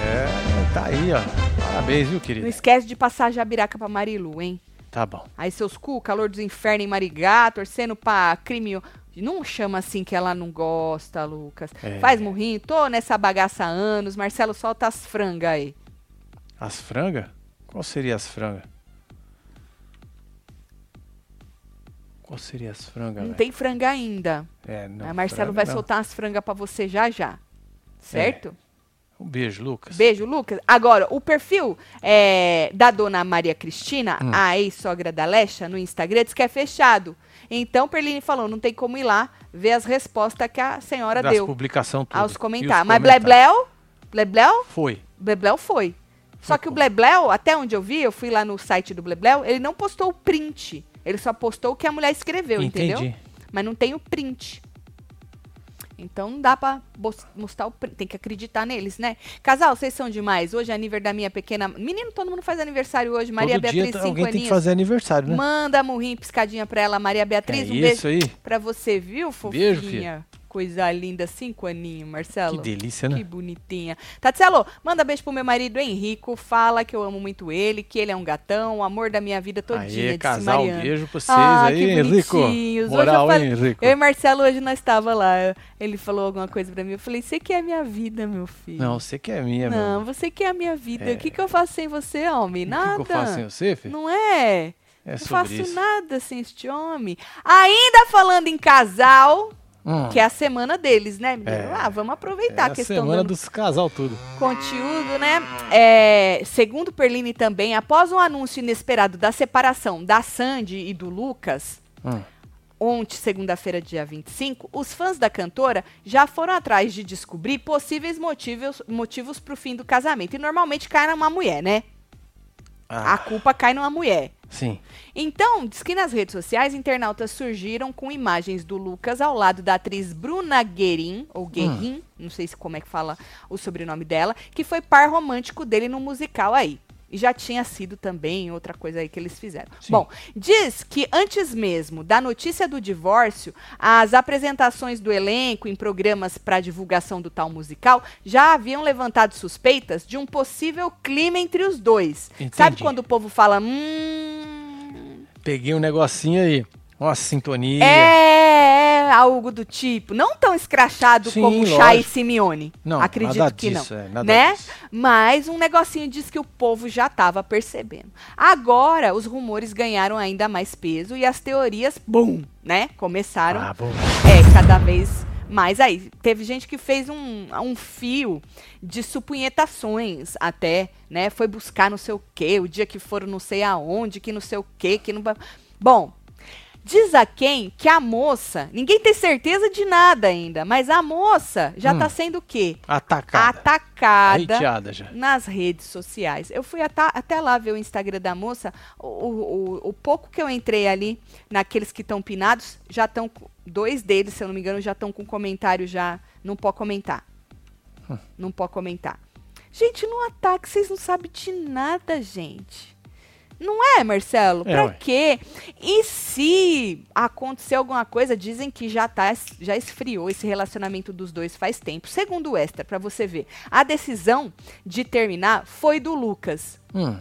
Speaker 1: É, tá aí, ó. Parabéns, viu,
Speaker 2: Não
Speaker 1: querida?
Speaker 2: esquece de passar a jabiraca pra Marilu, hein?
Speaker 1: Tá bom.
Speaker 2: Aí seus cu, calor dos infernos em Marigá, torcendo pra crime. Não chama assim que ela não gosta, Lucas.
Speaker 1: É.
Speaker 2: Faz murrinho, tô nessa bagaça há anos. Marcelo, solta as frangas aí.
Speaker 1: As frangas? Qual seria as frangas? Qual seria as frangas,
Speaker 2: Não
Speaker 1: velho?
Speaker 2: tem franga ainda.
Speaker 1: É, não,
Speaker 2: a Ah, Marcelo
Speaker 1: franga
Speaker 2: vai
Speaker 1: não.
Speaker 2: soltar as frangas pra você já já. Certo?
Speaker 1: Um beijo, Lucas.
Speaker 2: Beijo, Lucas. Agora, o perfil é, da dona Maria Cristina,
Speaker 1: Hum.
Speaker 2: a ex-sogra da Lecha, no Instagram, diz que é fechado. Então, Perline falou, não tem como ir lá ver as respostas que a senhora
Speaker 1: Das
Speaker 2: deu
Speaker 1: publicação tudo.
Speaker 2: aos
Speaker 1: E os
Speaker 2: Ah, comentários. Mas Blebleu, Blebleu,
Speaker 1: Foi.
Speaker 2: Blebleu foi. Só que o Blebleu, até onde eu vi, eu fui lá no site do Blebleu, ele não postou o print. Ele só postou o que a mulher escreveu, entendeu?
Speaker 1: Entendi.
Speaker 2: mas não tem o print. Então não dá pra bos- mostrar o print, tem que acreditar neles, né? Casal, vocês são demais. Hoje é aniversário da minha pequena. Menino, todo mundo faz aniversário hoje. Maria
Speaker 1: Todo
Speaker 2: Beatriz,
Speaker 1: dia
Speaker 2: cinco
Speaker 1: alguém tem que
Speaker 2: aninhos.
Speaker 1: fazer aniversário, né?
Speaker 2: Manda murrinho, piscadinha pra ela, Maria Beatriz.
Speaker 1: é
Speaker 2: um
Speaker 1: isso
Speaker 2: beijo
Speaker 1: aí.
Speaker 2: pra você, viu, fofinha?
Speaker 1: Beijo, filha.
Speaker 2: Coisa linda, cinco aninhos, Marcelo.
Speaker 1: Que delícia,
Speaker 2: Que
Speaker 1: né?
Speaker 2: bonitinha. Tatselo, manda beijo pro meu marido Henrico. Fala que eu amo muito ele, que ele é um gatão, o amor da minha vida todinha.
Speaker 1: Aí,
Speaker 2: disse
Speaker 1: casal, um
Speaker 2: Mariana.
Speaker 1: beijo pra vocês
Speaker 2: Ah,
Speaker 1: aí,
Speaker 2: que
Speaker 1: Henrico.
Speaker 2: bonitinhos. Hoje
Speaker 1: Moral,
Speaker 2: eu falei-
Speaker 1: hein, Henrico?
Speaker 2: Eu e Marcelo hoje nós estava lá. Ele falou alguma coisa pra mim. Eu falei: "Você que é a minha vida, meu filho".
Speaker 1: Não, você que é minha, meu.
Speaker 2: Não,
Speaker 1: amor.
Speaker 2: você que é a minha vida.
Speaker 1: É.
Speaker 2: O que que eu faço sem você, homem?
Speaker 1: O
Speaker 2: Nada.
Speaker 1: que que eu faço sem você, filho?
Speaker 2: Não é?
Speaker 1: é
Speaker 2: não
Speaker 1: sobre
Speaker 2: faço
Speaker 1: isso.
Speaker 2: nada sem este homem. Ainda falando em casal,
Speaker 1: Hum,
Speaker 2: que é a semana deles, né? menino?
Speaker 1: É.
Speaker 2: Ah, vamos
Speaker 1: é
Speaker 2: aproveitar a
Speaker 1: a
Speaker 2: questão
Speaker 1: semana
Speaker 2: do
Speaker 1: dos casal tudo.
Speaker 2: conteúdo, né? É, segundo Perline também, após um anúncio inesperado da separação da Sandy e do Lucas,
Speaker 1: Hum.
Speaker 2: Ontem, segunda-feira, dia 25, os fãs da cantora já foram atrás de descobrir possíveis motivos, motivos pro fim do casamento. E normalmente cai numa mulher, né?
Speaker 1: Ah,
Speaker 2: A culpa cai numa mulher.
Speaker 1: sim.
Speaker 2: Então, diz que nas redes sociais, internautas surgiram com imagens do Lucas ao lado da atriz Bruna Guerin, ou Guerin,
Speaker 1: Ah.
Speaker 2: não sei se como é que fala o sobrenome dela, que foi par romântico dele no musical aí. E já tinha sido também outra coisa aí que eles fizeram.
Speaker 1: Sim.
Speaker 2: Bom, diz que antes mesmo da notícia do divórcio, as apresentações do elenco em programas para divulgação do tal musical já haviam levantado suspeitas de um possível clima entre os dois. Sabe
Speaker 1: Entendi.
Speaker 2: quando o povo fala, hum,
Speaker 1: Peguei um negocinho aí. Uma sintonia.
Speaker 2: é, é, algo do tipo. Não tão escrachado
Speaker 1: Sim,
Speaker 2: como Chay e
Speaker 1: lógico.
Speaker 2: Simeone.
Speaker 1: Não,
Speaker 2: acredito
Speaker 1: nada
Speaker 2: que
Speaker 1: disso,
Speaker 2: não.
Speaker 1: é, nada
Speaker 2: né?
Speaker 1: disso.
Speaker 2: Mas um negocinho diz que o povo já estava percebendo. Agora, os rumores ganharam ainda mais peso e as teorias, bum, né? Começaram
Speaker 1: Ah, bom.
Speaker 2: é, cada vez Mas aí, teve gente que fez um, um fio de supunhetações até, né? Foi buscar não sei o quê, o dia que foram não sei aonde, que não sei o quê, que não vai. Bom, diz a quem que a moça, ninguém tem certeza de nada ainda, mas a moça já
Speaker 1: Hum.
Speaker 2: tá sendo o quê?
Speaker 1: Atacada.
Speaker 2: Atacada
Speaker 1: Hateada já.
Speaker 2: nas redes sociais. Eu fui ata- até lá ver o Instagram da moça. O, o- o- o pouco que eu entrei ali, naqueles que estão pinados, já estão. Dois deles, se eu não me engano, já estão com comentário já. Não pode comentar. Não pode comentar. Gente, não ataque, vocês não sabem de nada, gente. Não é, Marcelo?
Speaker 1: É,
Speaker 2: pra
Speaker 1: ué.
Speaker 2: quê? E se acontecer alguma coisa, dizem que já tá, já esfriou esse relacionamento dos dois faz tempo. Segundo o Extra, pra você ver, a decisão de terminar foi do Lucas.
Speaker 1: Hum.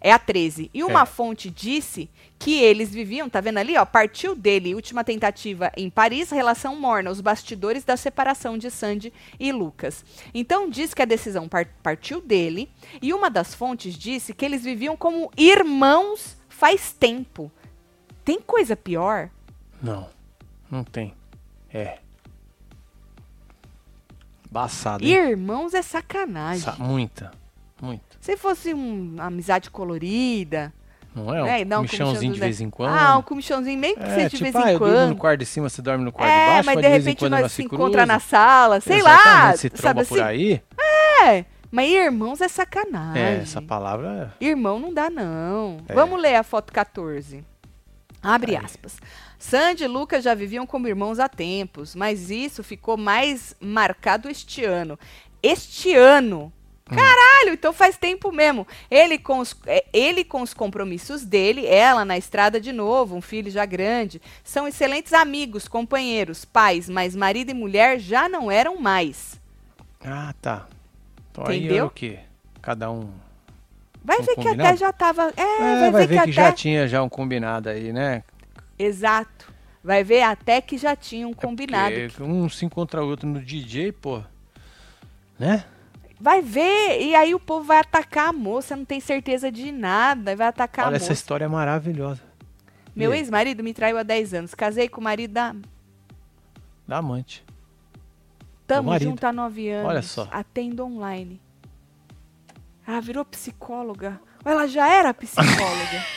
Speaker 2: É a 13. E uma
Speaker 1: É.
Speaker 2: fonte disse que eles viviam, tá vendo ali, ó, partiu dele, última tentativa em Paris, relação morna, os bastidores da separação de Sandy e Lucas. Então diz que a decisão par- partiu dele e uma das fontes disse que eles viviam como irmãos faz tempo. Tem coisa pior?
Speaker 1: Não. Não tem. É. Baçada. hein?
Speaker 2: Irmãos é sacanagem.
Speaker 1: Sa- muita. Muita.
Speaker 2: Se fosse um- uma amizade colorida,
Speaker 1: Não é? Um
Speaker 2: né? e dar um
Speaker 1: michãozinho de
Speaker 2: comichãozinho-
Speaker 1: vez em quando.
Speaker 2: Ah, um comichãozinho, nem que
Speaker 1: é,
Speaker 2: seja
Speaker 1: tipo,
Speaker 2: de vez
Speaker 1: ah,
Speaker 2: em
Speaker 1: eu durmo
Speaker 2: quando.
Speaker 1: no quarto de cima, você dorme no quarto de
Speaker 2: É,
Speaker 1: baixo,
Speaker 2: mas de
Speaker 1: de vez em
Speaker 2: repente
Speaker 1: quando
Speaker 2: nós
Speaker 1: nós
Speaker 2: se encontra na
Speaker 1: cruza.
Speaker 2: sala, sei
Speaker 1: Exatamente,
Speaker 2: lá.
Speaker 1: se tromba
Speaker 2: sabe
Speaker 1: por
Speaker 2: assim?
Speaker 1: aí.
Speaker 2: É, mas irmãos é sacanagem.
Speaker 1: É, essa palavra
Speaker 2: Irmão não dá, não.
Speaker 1: É.
Speaker 2: Vamos ler a foto 14. Abre aspas. Sandy e Lucas já viviam como irmãos há tempos, mas isso ficou mais marcado este ano. Este ano!
Speaker 1: Hum.
Speaker 2: Caralho, então faz tempo mesmo. Ele com, os, é, ele com os compromissos dele, ela na estrada de novo, um filho já grande. São excelentes amigos, companheiros, pais, mas marido e mulher já não eram mais.
Speaker 1: Ah, tá. Então aí é
Speaker 2: Entendeu?
Speaker 1: o quê? Cada um.
Speaker 2: Vai
Speaker 1: Não
Speaker 2: ver que até
Speaker 1: combinado?
Speaker 2: já tava. É,
Speaker 1: É,
Speaker 2: vai, ver que, até.
Speaker 1: já tinha já um combinado aí, né?
Speaker 2: Exato. Vai ver até que já tinham combinado.
Speaker 1: Porque um se encontra o outro no DJ, pô. Né?
Speaker 2: Vai ver, e aí o povo vai atacar a moça, não tem certeza de nada, vai atacar
Speaker 1: Olha,
Speaker 2: a moça.
Speaker 1: essa história é maravilhosa.
Speaker 2: Meu
Speaker 1: E aí?
Speaker 2: ex-marido me traiu há 10 anos, casei com o marido da...
Speaker 1: Da amante.
Speaker 2: Tamo
Speaker 1: marido.
Speaker 2: junto há 9 anos.
Speaker 1: Olha só.
Speaker 2: Atendo online. Ela virou psicóloga. Ou Ela já era psicóloga.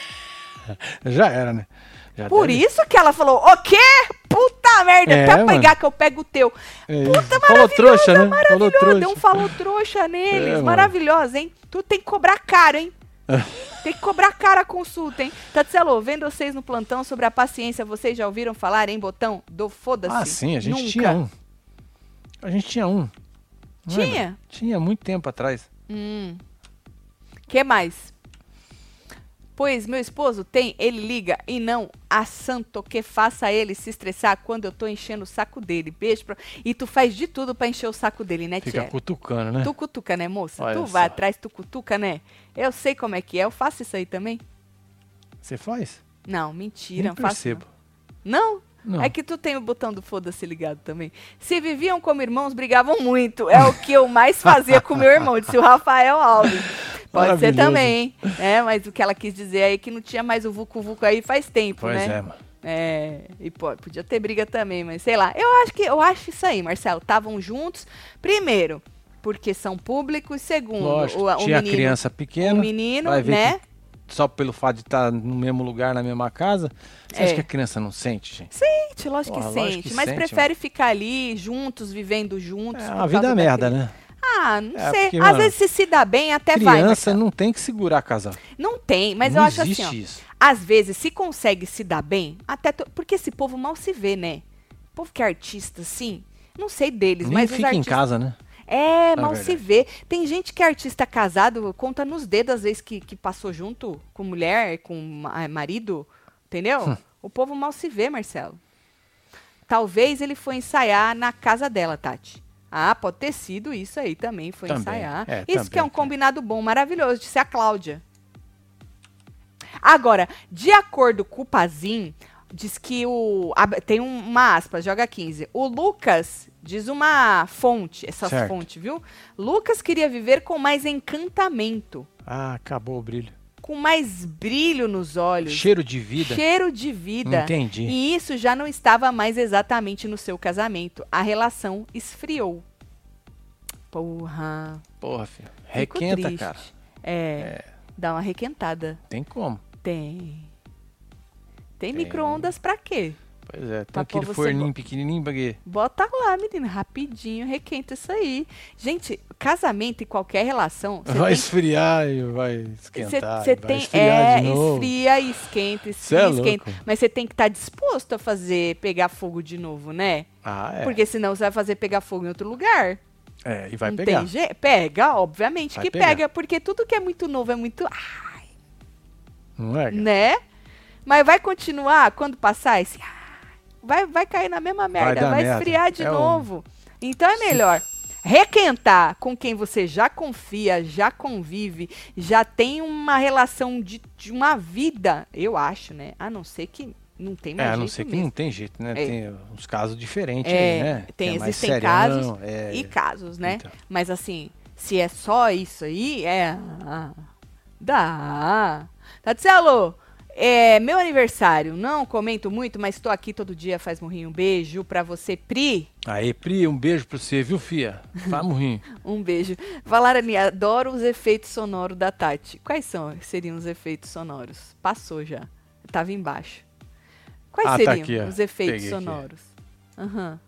Speaker 1: Já era, né? Já
Speaker 2: Por
Speaker 1: deve-
Speaker 2: isso que ela falou, o quê? Puta merda,
Speaker 1: É,
Speaker 2: quer
Speaker 1: mano.
Speaker 2: pegar que eu pego o teu.
Speaker 1: É isso. Falou trouxa, né? Falou
Speaker 2: Maravilhosa,
Speaker 1: trouxa. É,
Speaker 2: deu um falou trouxa neles.
Speaker 1: mano. É.
Speaker 2: Maravilhosa, hein? Tu tem que cobrar caro, hein? tem que cobrar cara a consulta, hein? Tatselo, vendo vocês no plantão sobre a paciência, vocês já ouviram falar, hein, botão? Do foda-se.
Speaker 1: Ah, sim, a gente
Speaker 2: assim. Nunca.
Speaker 1: tinha um. A gente tinha um. Não é,
Speaker 2: Tinha?
Speaker 1: mano? Tinha muito tempo atrás.
Speaker 2: Hum. Que mais? Pois meu esposo tem, ele liga e não a santo que faça ele se estressar quando eu tô enchendo o saco dele. Beijo pra... E tu faz de tudo pra encher o saco dele, né,
Speaker 1: Fica
Speaker 2: tia?
Speaker 1: cutucando, né?
Speaker 2: Tu cutuca, né, moça?
Speaker 1: Olha
Speaker 2: tu vai
Speaker 1: só.
Speaker 2: atrás, tu cutuca, né? Eu sei como é que é, eu faço isso aí também.
Speaker 1: Você faz?
Speaker 2: Não, mentira,
Speaker 1: Nem
Speaker 2: não faço.
Speaker 1: percebo.
Speaker 2: Não?
Speaker 1: Não.
Speaker 2: É que tu tem o botão do foda-se ligado também. Se viviam como irmãos, brigavam muito. É o que eu mais fazia com meu irmão, disse o Rafael Alves. Pode ser
Speaker 1: Maravilhoso.
Speaker 2: também, hein? É, mas o que ela quis dizer aí é que não tinha mais o Vucu Vucu aí faz tempo,
Speaker 1: Pois
Speaker 2: né?
Speaker 1: é, mano.
Speaker 2: É, e po- podia ter briga também, mas sei lá. Eu acho que eu acho isso aí, Marcelo. Estavam juntos, primeiro, porque são públicos, segundo,
Speaker 1: Lógico,
Speaker 2: o, o
Speaker 1: tinha
Speaker 2: um menino,
Speaker 1: criança
Speaker 2: o
Speaker 1: pequena.
Speaker 2: menino,
Speaker 1: vai ver
Speaker 2: né?
Speaker 1: que só pelo fato de estar no mesmo lugar, na mesma casa. Você
Speaker 2: É.
Speaker 1: acha que a criança não sente, gente?
Speaker 2: Sente, lógico que
Speaker 1: Porra,
Speaker 2: sente,
Speaker 1: lógico que
Speaker 2: mas
Speaker 1: sente,
Speaker 2: prefere ficar ali juntos, vivendo juntos.
Speaker 1: É,
Speaker 2: por
Speaker 1: a
Speaker 2: causa
Speaker 1: vida é
Speaker 2: da
Speaker 1: merda,
Speaker 2: criança.
Speaker 1: né?
Speaker 2: Ah, não
Speaker 1: É,
Speaker 2: sei.
Speaker 1: porque,
Speaker 2: Às
Speaker 1: mano,
Speaker 2: vezes se se dá bem, até vai.
Speaker 1: criança
Speaker 2: Marcelo.
Speaker 1: não tem que segurar casal.
Speaker 2: Não tem, mas
Speaker 1: não
Speaker 2: eu acho
Speaker 1: existe
Speaker 2: assim, ó.
Speaker 1: isso.
Speaker 2: Às vezes se consegue se dar bem, até to- porque esse povo mal se vê, né? O povo que é artista, sim. Não sei deles,
Speaker 1: Nem
Speaker 2: mas os
Speaker 1: fica em
Speaker 2: artistas
Speaker 1: casa, né?
Speaker 2: É,
Speaker 1: Na
Speaker 2: mal
Speaker 1: verdade.
Speaker 2: se vê. Tem gente que é artista casado, conta nos dedos às vezes que, que passou junto com mulher, com ma- eh, marido,
Speaker 1: Hum.
Speaker 2: entendeu? o povo mal se vê, Marcelo. Talvez ele foi ensaiar na casa dela, Tati. Ah, pode ter sido isso aí também, foi
Speaker 1: Também,
Speaker 2: ensaiar.
Speaker 1: é,
Speaker 2: isso que é um
Speaker 1: também,
Speaker 2: combinado bom, maravilhoso, disse a Cláudia. Agora, de acordo com o Pazin, diz que o. ab- Tem um- uma aspa, joga 15. O Lucas diz uma fonte, essa
Speaker 1: Certo.
Speaker 2: fonte, viu? Lucas queria viver com mais encantamento.
Speaker 1: Ah, acabou o brilho.
Speaker 2: com mais brilho nos olhos.
Speaker 1: Cheiro de vida.
Speaker 2: Cheiro de vida.
Speaker 1: Entendi.
Speaker 2: E isso já não estava mais exatamente no seu casamento. A relação esfriou. Porra.
Speaker 1: Porra, filho.
Speaker 2: fico
Speaker 1: Requenta,
Speaker 2: triste.
Speaker 1: cara.
Speaker 2: É, Dá uma requentada.
Speaker 1: Tem como.
Speaker 2: Tem. Tem, micro-ondas pra quê?
Speaker 1: Pois é. Tem
Speaker 2: Pra
Speaker 1: aquele
Speaker 2: pôr Tá você
Speaker 1: forninho pequenininho pra quê?
Speaker 2: Bota lá, menina, rapidinho, requenta isso aí. Gente, casamento e qualquer relação, você
Speaker 1: Vai
Speaker 2: tem
Speaker 1: esfriar e vai esquentar.
Speaker 2: Você
Speaker 1: vai
Speaker 2: tem
Speaker 1: esfriar
Speaker 2: é,
Speaker 1: de novo.
Speaker 2: esfria e esquenta,
Speaker 1: Cê
Speaker 2: esfria e
Speaker 1: é
Speaker 2: esquenta.
Speaker 1: louco.
Speaker 2: Mas você tem que estar disposto a fazer pegar fogo de novo, né?
Speaker 1: Ah, é.
Speaker 2: Porque senão você vai fazer pegar fogo em outro lugar.
Speaker 1: É, e vai
Speaker 2: Não
Speaker 1: pegar.
Speaker 2: tem jeito. Pega, obviamente
Speaker 1: Vai
Speaker 2: que
Speaker 1: pegar.
Speaker 2: pega, porque tudo que é muito novo é muito, ah,
Speaker 1: Não é? cara?
Speaker 2: né? Mas vai continuar quando passar esse ah, vai vai cair na mesma merda,
Speaker 1: dar
Speaker 2: vai,
Speaker 1: merda.
Speaker 2: esfriar de
Speaker 1: É o-
Speaker 2: novo. Então é melhor requentar com quem você já confia, já convive, já tem uma relação de, de uma vida, eu acho, né? A não ser que não tem mais
Speaker 1: É, a não
Speaker 2: jeito
Speaker 1: ser que
Speaker 2: mesmo.
Speaker 1: não tem jeito, né?
Speaker 2: É.
Speaker 1: Tem uns casos diferentes aí,
Speaker 2: É,
Speaker 1: né?
Speaker 2: tem-
Speaker 1: Que é mais
Speaker 2: existem
Speaker 1: serião,
Speaker 2: casos
Speaker 1: é,
Speaker 2: E casos, né?
Speaker 1: Então.
Speaker 2: Mas assim, se é só isso aí, é. ah, Dá. Tá Tatielo, é meu aniversário. Não comento muito, mas tô aqui todo dia, faz morrinho. Um beijo pra você, Pri.
Speaker 1: Aí, Pri, um beijo pra você, viu, Fia? Vai morrinho.
Speaker 2: Um beijo. Valarani, adoro os efeitos sonoros da Tati. Quais são? Seriam os efeitos sonoros? Passou já. Tava embaixo. Quais
Speaker 1: Ah, tá
Speaker 2: seriam
Speaker 1: aqui, ó.
Speaker 2: os efeitos
Speaker 1: Peguei aqui.
Speaker 2: sonoros? Aham.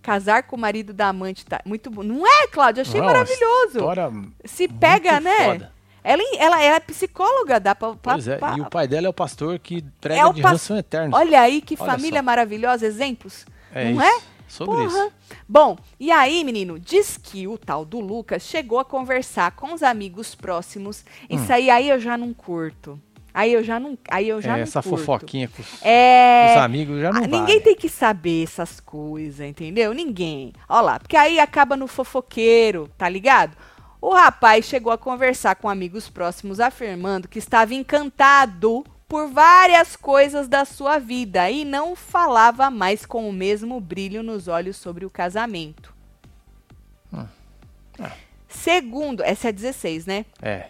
Speaker 2: Casar com o marido da amante. Tá... Muito bom. Não é, Cláudio? Achei
Speaker 1: Não,
Speaker 2: maravilhoso.
Speaker 1: Tora
Speaker 2: Se pega,
Speaker 1: muito
Speaker 2: né?
Speaker 1: Foda.
Speaker 2: Ela, ela é psicóloga, dá pra. pra-
Speaker 1: Pois é,
Speaker 2: pra-
Speaker 1: e o pai dela é o pastor que prega
Speaker 2: o
Speaker 1: de
Speaker 2: pas-
Speaker 1: relação eterna.
Speaker 2: Olha aí que
Speaker 1: Olha
Speaker 2: família
Speaker 1: só.
Speaker 2: maravilhosa, exemplos.
Speaker 1: é
Speaker 2: não
Speaker 1: isso. Sobre
Speaker 2: Porra.
Speaker 1: isso.
Speaker 2: Bom, e aí, menino, diz que o tal do Lucas chegou a conversar com os amigos próximos. Isso aí, aí eu já não curto. Aí eu já não, aí eu já
Speaker 1: Hum. É,
Speaker 2: não
Speaker 1: essa
Speaker 2: curto.
Speaker 1: fofoquinha com os,
Speaker 2: É,
Speaker 1: os amigos já não
Speaker 2: ah,
Speaker 1: vale.
Speaker 2: Ninguém tem que saber essas coisas, entendeu? Ninguém. Olha lá, porque aí acaba no fofoqueiro, tá ligado? O rapaz chegou a conversar com amigos próximos, afirmando que estava encantado por várias coisas da sua vida e não falava mais com o mesmo brilho nos olhos sobre o casamento.
Speaker 1: Ah,
Speaker 2: Segundo, essa é 16, né?
Speaker 1: É.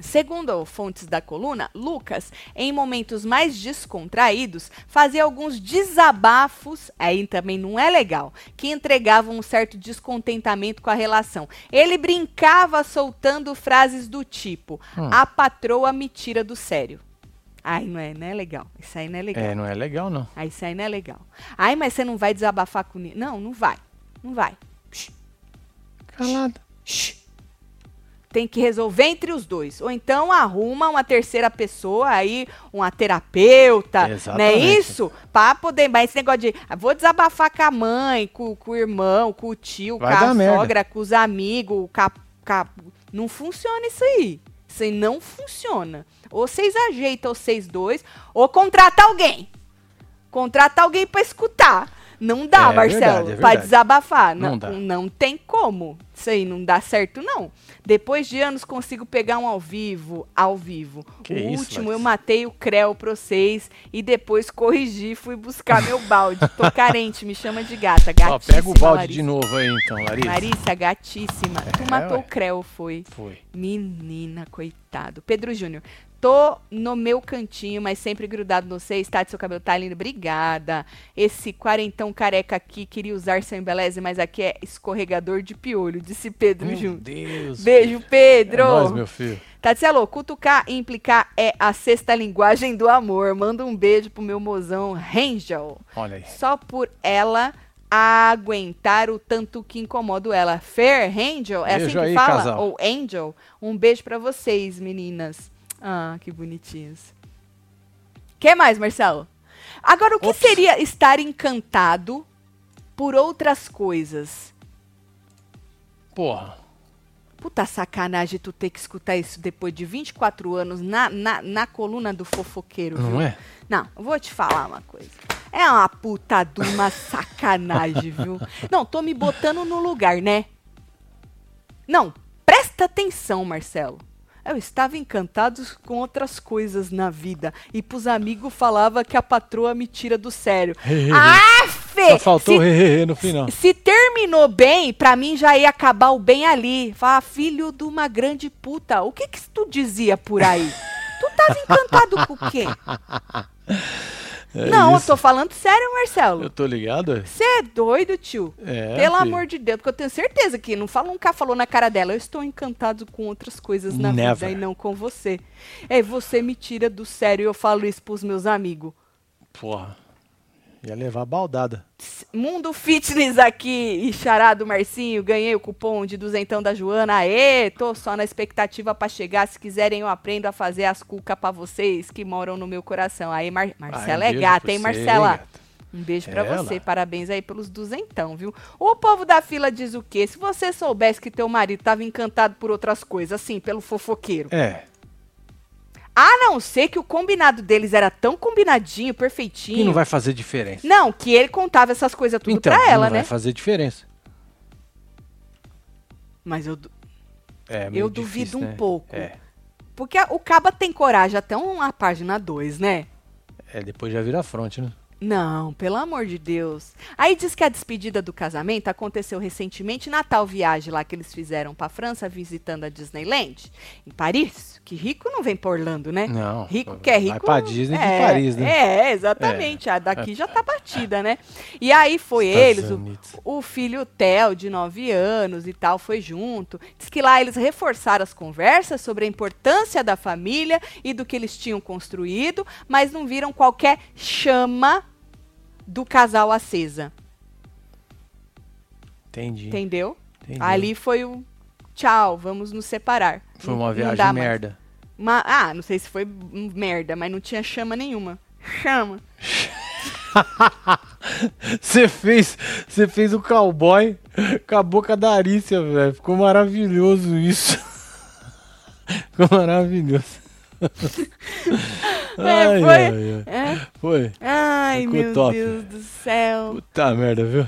Speaker 2: Segundo fontes da coluna, Lucas, em momentos mais descontraídos, fazia alguns desabafos, aí também não é legal, que entregavam um certo descontentamento com a relação. Ele brincava soltando frases do tipo:
Speaker 1: Hum.
Speaker 2: "A patroa me tira do sério". Ai, não é, não é legal. Isso aí não é legal.
Speaker 1: é, não é legal, não.
Speaker 2: Aí isso aí não é legal. Ai, mas você não vai desabafar com ninguém. Não, não vai. Não vai. Shh.
Speaker 1: Calada.
Speaker 2: Shh. Tem que resolver entre os dois. Ou então arruma uma terceira pessoa aí, uma terapeuta, não é
Speaker 1: Exatamente.
Speaker 2: isso? Pra poder. Mas esse negócio de ah, vou desabafar com a mãe, com, com o irmão, com o tio,
Speaker 1: Vai
Speaker 2: com
Speaker 1: dar
Speaker 2: a
Speaker 1: merda.
Speaker 2: sogra, com os amigos, com a- com a- Não funciona isso aí. Isso aí não funciona. Ou vocês ajeitam vocês dois, ou contrata alguém. Contrata alguém pra escutar. Não dá,
Speaker 1: É
Speaker 2: Marcelo,
Speaker 1: verdade, é
Speaker 2: pra
Speaker 1: verdade.
Speaker 2: desabafar.
Speaker 1: Não
Speaker 2: Não,
Speaker 1: dá.
Speaker 2: não tem como. Isso aí não dá certo, não. Depois de anos, consigo pegar um ao vivo. Ao vivo.
Speaker 1: Que
Speaker 2: o
Speaker 1: isso,
Speaker 2: último,
Speaker 1: Larissa?
Speaker 2: eu matei o Creu pra vocês e depois corrigi, fui buscar meu balde. Tô carente, me chama de gata. Gatíssima,
Speaker 1: Ó, pega o balde
Speaker 2: É Larissa.
Speaker 1: de novo aí, então, Larissa.
Speaker 2: Larissa, gatíssima. Tu
Speaker 1: É,
Speaker 2: matou
Speaker 1: ué.
Speaker 2: o Creu, foi.
Speaker 1: Foi.
Speaker 2: Menina, coitado. Pedro Júnior, tô no meu cantinho, mas sempre grudado no seio. Está de seu cabelo tá lindo. Obrigada. Esse quarentão careca aqui queria usar seu embeleze, mas aqui é escorregador de piolho, disse Pedro
Speaker 1: Meu
Speaker 2: Júnior.
Speaker 1: Deus.
Speaker 2: Beijo, Pedro.
Speaker 1: É nóis, meu filho.
Speaker 2: Tatielo, cutucar e implicar é a sexta linguagem do amor. Manda um beijo pro meu mozão Rangel.
Speaker 1: Olha aí.
Speaker 2: Só por ela aguentar o tanto que incomodo ela. Fair Angel, é assim
Speaker 1: Beijo
Speaker 2: que
Speaker 1: aí,
Speaker 2: fala?
Speaker 1: casal.
Speaker 2: Ou Angel. Um beijo pra vocês, meninas. Ah, que bonitinhas. Que mais, Marcelo? Agora, o que
Speaker 1: Ops.
Speaker 2: seria estar encantado por outras coisas?
Speaker 1: Porra.
Speaker 2: Puta sacanagem tu ter que escutar isso depois de 24 anos na, na, na coluna do fofoqueiro. viu?
Speaker 1: Não é?
Speaker 2: Não, eu vou te falar uma coisa. É uma puta de uma sacanagem, viu? Não, tô me botando no lugar, né? Não, presta atenção, Marcelo. Eu estava encantado com outras coisas na vida. E pros amigos falava que a patroa me tira do sério. Aff!
Speaker 1: Só faltou
Speaker 2: se,
Speaker 1: re no final.
Speaker 2: se terminou bem, pra mim já ia acabar o bem ali. Falar, filho de uma grande puta, o que que tu dizia por aí? Tu tava encantado com o quê?
Speaker 1: É
Speaker 2: não,
Speaker 1: isso.
Speaker 2: eu tô falando sério, Marcelo.
Speaker 1: Eu tô ligado? é?
Speaker 2: Você é doido, tio.
Speaker 1: É,
Speaker 2: Pelo
Speaker 1: filho.
Speaker 2: amor de Deus, porque eu tenho certeza que não fala um cá falou na cara dela. Eu estou encantado com outras coisas na vida
Speaker 1: Never.
Speaker 2: e não com você. É, você me tira do sério e eu falo isso pros meus amigos.
Speaker 1: Porra. Ia levar baldada.
Speaker 2: Mundo Fitness aqui e charado Marcinho, ganhei o cupom de duzentão da Joana, aê, tô só na expectativa pra chegar, se quiserem eu aprendo a fazer as cuca pra vocês que moram no meu coração, aí Mar- Marcela
Speaker 1: Ah, um
Speaker 2: é
Speaker 1: beijo
Speaker 2: gata,
Speaker 1: pra
Speaker 2: hein
Speaker 1: você,
Speaker 2: Marcela?
Speaker 1: gata.
Speaker 2: Um beijo pra
Speaker 1: Ela.
Speaker 2: você, parabéns aí pelos duzentão, viu? O povo da fila diz o quê? Se você soubesse que teu marido tava encantado por outras coisas, assim, pelo fofoqueiro,
Speaker 1: É.
Speaker 2: a não ser que o combinado deles era tão combinadinho, perfeitinho...
Speaker 1: E não vai fazer diferença.
Speaker 2: Não, que ele contava essas coisas tudo
Speaker 1: então,
Speaker 2: pra ela,
Speaker 1: não
Speaker 2: né?
Speaker 1: vai fazer diferença.
Speaker 2: Mas eu, du-
Speaker 1: É meio
Speaker 2: eu
Speaker 1: difícil,
Speaker 2: duvido um
Speaker 1: né?
Speaker 2: pouco.
Speaker 1: É.
Speaker 2: Porque a- o Caba tem coragem até uma página 2, né?
Speaker 1: É, depois já vira fronte, né?
Speaker 2: Não, pelo amor de Deus. Aí diz que a despedida do casamento aconteceu recentemente na tal viagem lá que eles fizeram pra França visitando a Disneyland, em Paris. Que rico não vem pra Orlando, né?
Speaker 1: Não.
Speaker 2: Rico que é
Speaker 1: Vai
Speaker 2: rico.
Speaker 1: pra Disney de
Speaker 2: é,
Speaker 1: Paris, né?
Speaker 2: É, exatamente. A daqui já tá batida, né? E aí foi
Speaker 1: Estados
Speaker 2: eles, o,
Speaker 1: Unidos.
Speaker 2: o filho Theo, de 9 anos e tal, foi junto. Diz que lá eles reforçaram as conversas sobre a importância da família e do que eles tinham construído, mas não viram qualquer chama do casal acesa.
Speaker 1: Entendi.
Speaker 2: Entendeu?
Speaker 1: entendi.
Speaker 2: Ali foi o tchau, vamos nos separar.
Speaker 1: Foi
Speaker 2: Não-
Speaker 1: uma
Speaker 2: não
Speaker 1: viagem
Speaker 2: dá mais.
Speaker 1: merda.
Speaker 2: Ma- ah, não sei se foi hum, merda, mas não tinha chama nenhuma. Chama.
Speaker 1: Você fez, você fez o cowboy com a boca da Arícia, velho. Ficou maravilhoso isso. Ficou maravilhoso.
Speaker 2: É,
Speaker 1: Ai,
Speaker 2: foi.
Speaker 1: ai, ai.
Speaker 2: É.
Speaker 1: Foi.
Speaker 2: Ai,
Speaker 1: Ficou
Speaker 2: meu
Speaker 1: top.
Speaker 2: Deus do céu.
Speaker 1: Puta merda, viu?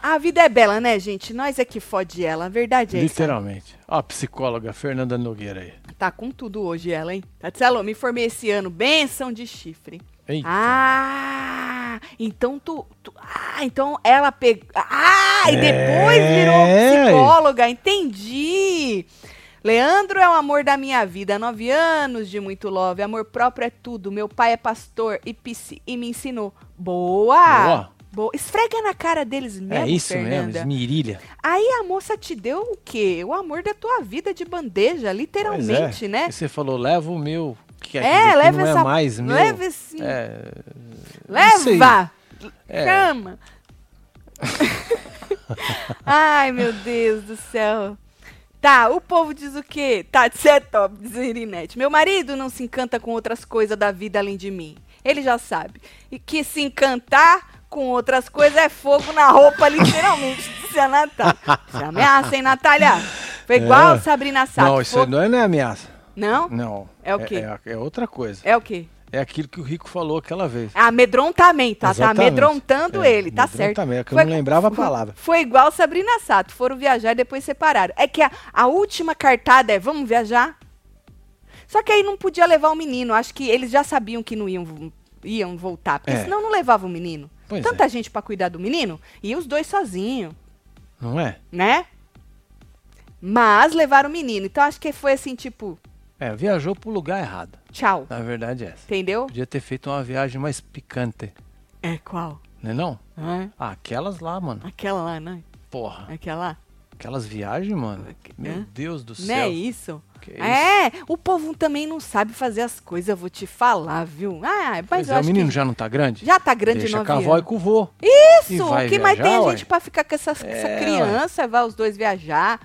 Speaker 2: A vida é bela, né, gente? Nós é que fode ela. A verdade é essa.
Speaker 1: Literalmente. Ó, a psicóloga Fernanda Nogueira aí.
Speaker 2: Tá com tudo hoje ela, hein? Tatselo, me formei esse ano. Benção de chifre.
Speaker 1: Eita.
Speaker 2: Ah, então tu, tu- Ah, então ela pegou. Ah, e depois virou
Speaker 1: É.
Speaker 2: psicóloga, entendi. Leandro é o amor da minha vida, nove anos de muito love, amor próprio é tudo. Meu pai é pastor e, psi- e me ensinou. Boa!
Speaker 1: Boa.
Speaker 2: Boa! Esfrega na cara deles mesmo,
Speaker 1: é isso
Speaker 2: Fernanda.
Speaker 1: mesmo, esmirilha.
Speaker 2: Aí a moça te deu o quê? O amor da tua vida de bandeja,
Speaker 1: Pois
Speaker 2: literalmente,
Speaker 1: é.
Speaker 2: né?
Speaker 1: E você falou, leva o meu. Que aquilo
Speaker 2: É,
Speaker 1: aqui
Speaker 2: leva
Speaker 1: não
Speaker 2: essa.
Speaker 1: é mais meu.
Speaker 2: leva esse.
Speaker 1: É, isso aí.
Speaker 2: Leva!
Speaker 1: É.
Speaker 2: Chama! Ai, meu Deus do céu. Tá, o povo diz o quê? Tá, isso é top, diz a Irinete. Meu marido não se encanta com outras coisas da vida além de mim. Ele já sabe. E que se encantar com outras coisas é fogo na roupa, literalmente, disse a Natália. Isso é ameaça, hein, Natália? Foi igual
Speaker 1: É.
Speaker 2: Sabrina Sato.
Speaker 1: não, isso
Speaker 2: fogo...
Speaker 1: não é minha ameaça.
Speaker 2: não?
Speaker 1: Não.
Speaker 2: É o quê?
Speaker 1: É, é outra coisa.
Speaker 2: É o quê?
Speaker 1: É aquilo que o Rico falou aquela vez.
Speaker 2: Amedrontamento, tá, tá
Speaker 1: Exatamente.
Speaker 2: amedrontando
Speaker 1: É,
Speaker 2: ele, tá certo.
Speaker 1: amedrontamento, é que eu não lembrava a palavra.
Speaker 2: Foi igual Sabrina Sato, foram viajar e depois separaram. É que a, a última cartada é, vamos viajar? Só que aí não podia levar o menino, acho que eles já sabiam que não iam, vo- iam voltar, porque
Speaker 1: É.
Speaker 2: senão não levava o menino.
Speaker 1: Pois é.
Speaker 2: Tanta gente pra cuidar do menino, e os dois sozinhos,
Speaker 1: Não é?
Speaker 2: né? Mas levaram o menino, então acho que foi assim, tipo,
Speaker 1: É, viajou pro lugar errado.
Speaker 2: tchau,
Speaker 1: Na verdade é essa.
Speaker 2: entendeu?
Speaker 1: Podia ter feito uma viagem mais picante,
Speaker 2: É qual?
Speaker 1: né não?
Speaker 2: Hã?
Speaker 1: Ah, aquelas lá, mano.
Speaker 2: Aquela lá, né?
Speaker 1: Porra.
Speaker 2: Aquela lá.
Speaker 1: Aquelas viagens, mano.
Speaker 2: Aqui,
Speaker 1: Meu
Speaker 2: né?
Speaker 1: Deus do
Speaker 2: Não é
Speaker 1: céu.
Speaker 2: isso?
Speaker 1: Que isso?
Speaker 2: É, o povo também não sabe fazer as coisas, eu vou te falar, viu? Ah, mas
Speaker 1: Pois
Speaker 2: eu
Speaker 1: é, o
Speaker 2: acho
Speaker 1: menino
Speaker 2: que
Speaker 1: já não tá grande?
Speaker 2: já tá grande
Speaker 1: Deixa
Speaker 2: nove
Speaker 1: cavalo e
Speaker 2: anos.
Speaker 1: com o vô. e
Speaker 2: Isso,
Speaker 1: vai
Speaker 2: que mais tem
Speaker 1: viajar, ué?
Speaker 2: gente pra ficar com essa, com essa
Speaker 1: É,
Speaker 2: criança, vai os dois viajar.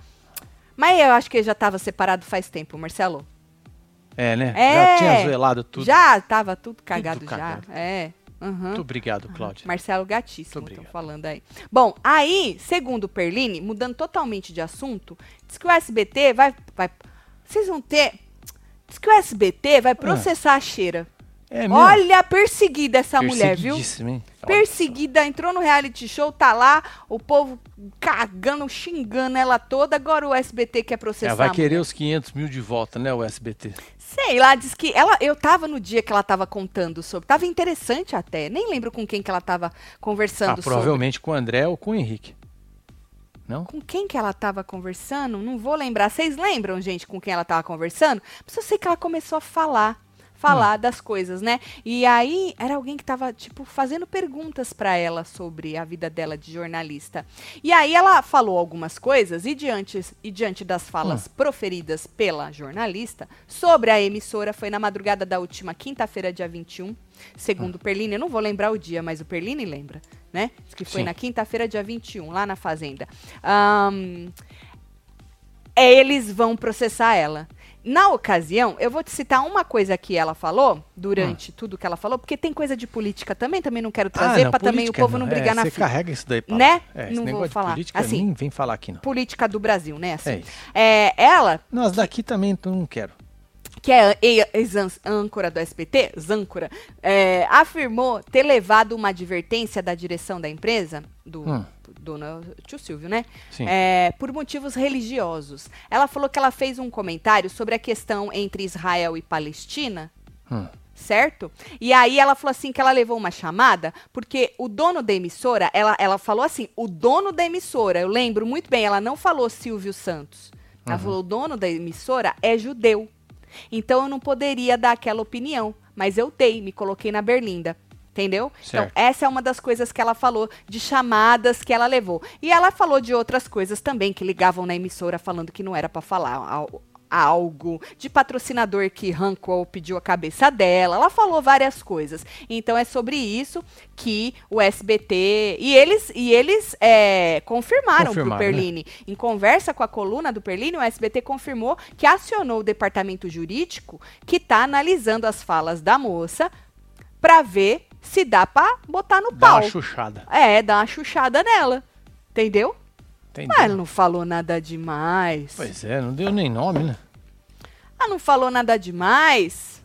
Speaker 2: Mas eu acho que ele já tava separado faz tempo, Marcelo.
Speaker 1: É, né?
Speaker 2: É.
Speaker 1: Já tinha zoelado tudo.
Speaker 2: Já tava tudo cagado,
Speaker 1: cagado.
Speaker 2: já. É. Uhum.
Speaker 1: Muito obrigado, Cláudia.
Speaker 2: Marcelo Gatíssimo,
Speaker 1: Muito
Speaker 2: estão
Speaker 1: obrigado.
Speaker 2: falando aí. Bom, aí, segundo o Perline, mudando totalmente de assunto, diz que o SBT vai. vai vocês vão ter. Diz que o SBT
Speaker 1: Ah.
Speaker 2: vai processar a cheira.
Speaker 1: É
Speaker 2: Olha, perseguida essa mulher, viu?
Speaker 1: Perseguidíssima, hein? Olha
Speaker 2: Perseguida, entrou no reality show, tá lá, o povo cagando, xingando ela toda. Agora o SBT quer
Speaker 1: só.
Speaker 2: processar.
Speaker 1: Ela
Speaker 2: a
Speaker 1: É, vai
Speaker 2: mulher.
Speaker 1: querer os 500 mil de volta, né, o SBT?
Speaker 2: Sei lá, diz que ela, eu tava no dia que ela tava contando sobre, tava interessante até, nem lembro com quem que ela tava
Speaker 1: Ah,
Speaker 2: conversando sobre.
Speaker 1: provavelmente com o André ou com o Henrique. Não?
Speaker 2: Com quem que ela tava conversando? Não vou lembrar. Vocês lembram, gente, com quem ela tava conversando? Mas eu sei que ela começou a falar falar das coisas, né? E aí era alguém que tava, tipo, fazendo perguntas para ela sobre a vida dela de jornalista. E aí ela falou algumas coisas e diante, e diante das falas
Speaker 1: Ah.
Speaker 2: proferidas pela jornalista sobre a emissora, foi na madrugada da última quinta-feira, dia 21, segundo
Speaker 1: Ah.
Speaker 2: o Perline, eu não vou lembrar o dia, mas o Perline lembra, né? Diz Que foi
Speaker 1: Sim.
Speaker 2: na quinta-feira, dia 21, lá na Fazenda. Ahn, é, eles vão processar ela. Na ocasião, eu vou te citar uma coisa que ela falou, durante tudo que ela falou, porque tem coisa de política também, também não quero trazer,
Speaker 1: Ah. não,
Speaker 2: pra também o
Speaker 1: política
Speaker 2: povo não
Speaker 1: é,
Speaker 2: brigar na
Speaker 1: Você
Speaker 2: fita.
Speaker 1: carrega isso daí pra lá.
Speaker 2: Né?
Speaker 1: É, esse
Speaker 2: Não vou
Speaker 1: negócio
Speaker 2: falar.
Speaker 1: de política
Speaker 2: Assim.
Speaker 1: nem vem falar aqui, não.
Speaker 2: Política do Brasil, né? assim.
Speaker 1: É isso.
Speaker 2: É, ela,
Speaker 1: Nós daqui também, então não quero.
Speaker 2: que é e- ex-âncora do SBT, Zâncora, é, afirmou ter levado uma advertência da direção da empresa, do
Speaker 1: Hum.
Speaker 2: dono, tio Silvio, né?
Speaker 1: Sim.
Speaker 2: É, por motivos religiosos. Ela falou que ela fez um comentário sobre a questão entre Israel e Palestina,
Speaker 1: Hum.
Speaker 2: certo? E aí ela falou assim que ela levou uma chamada, porque o dono da emissora, ela, ela falou assim, o dono da emissora, eu lembro muito bem, ela não falou Silvio Santos. Ela falou, o dono da emissora é judeu. Então eu não poderia dar aquela opinião, mas eu dei, me coloquei na berlinda. Entendeu?
Speaker 1: Certo.
Speaker 2: Então, essa é uma das coisas que ela falou, de chamadas que ela levou. E ela falou de outras coisas também que ligavam na emissora falando que não era pra falar al- algo, de patrocinador que Hancock pediu a cabeça dela. Ela falou várias coisas. Então é sobre isso que o SBT e eles e eles é, confirmaram, pro
Speaker 1: Confirmaram, né?
Speaker 2: Perline. Em conversa com a coluna do Perline, o SBT confirmou que acionou o departamento jurídico que está analisando as falas da moça para ver se dá pra botar no
Speaker 1: Dá
Speaker 2: pau.
Speaker 1: uma chuchada.
Speaker 2: É, dá uma chuchada nela. Entendeu?
Speaker 1: Entendeu?
Speaker 2: Mas ela não falou nada demais.
Speaker 1: Pois é, não deu nem nome, né?
Speaker 2: Ela não falou nada demais.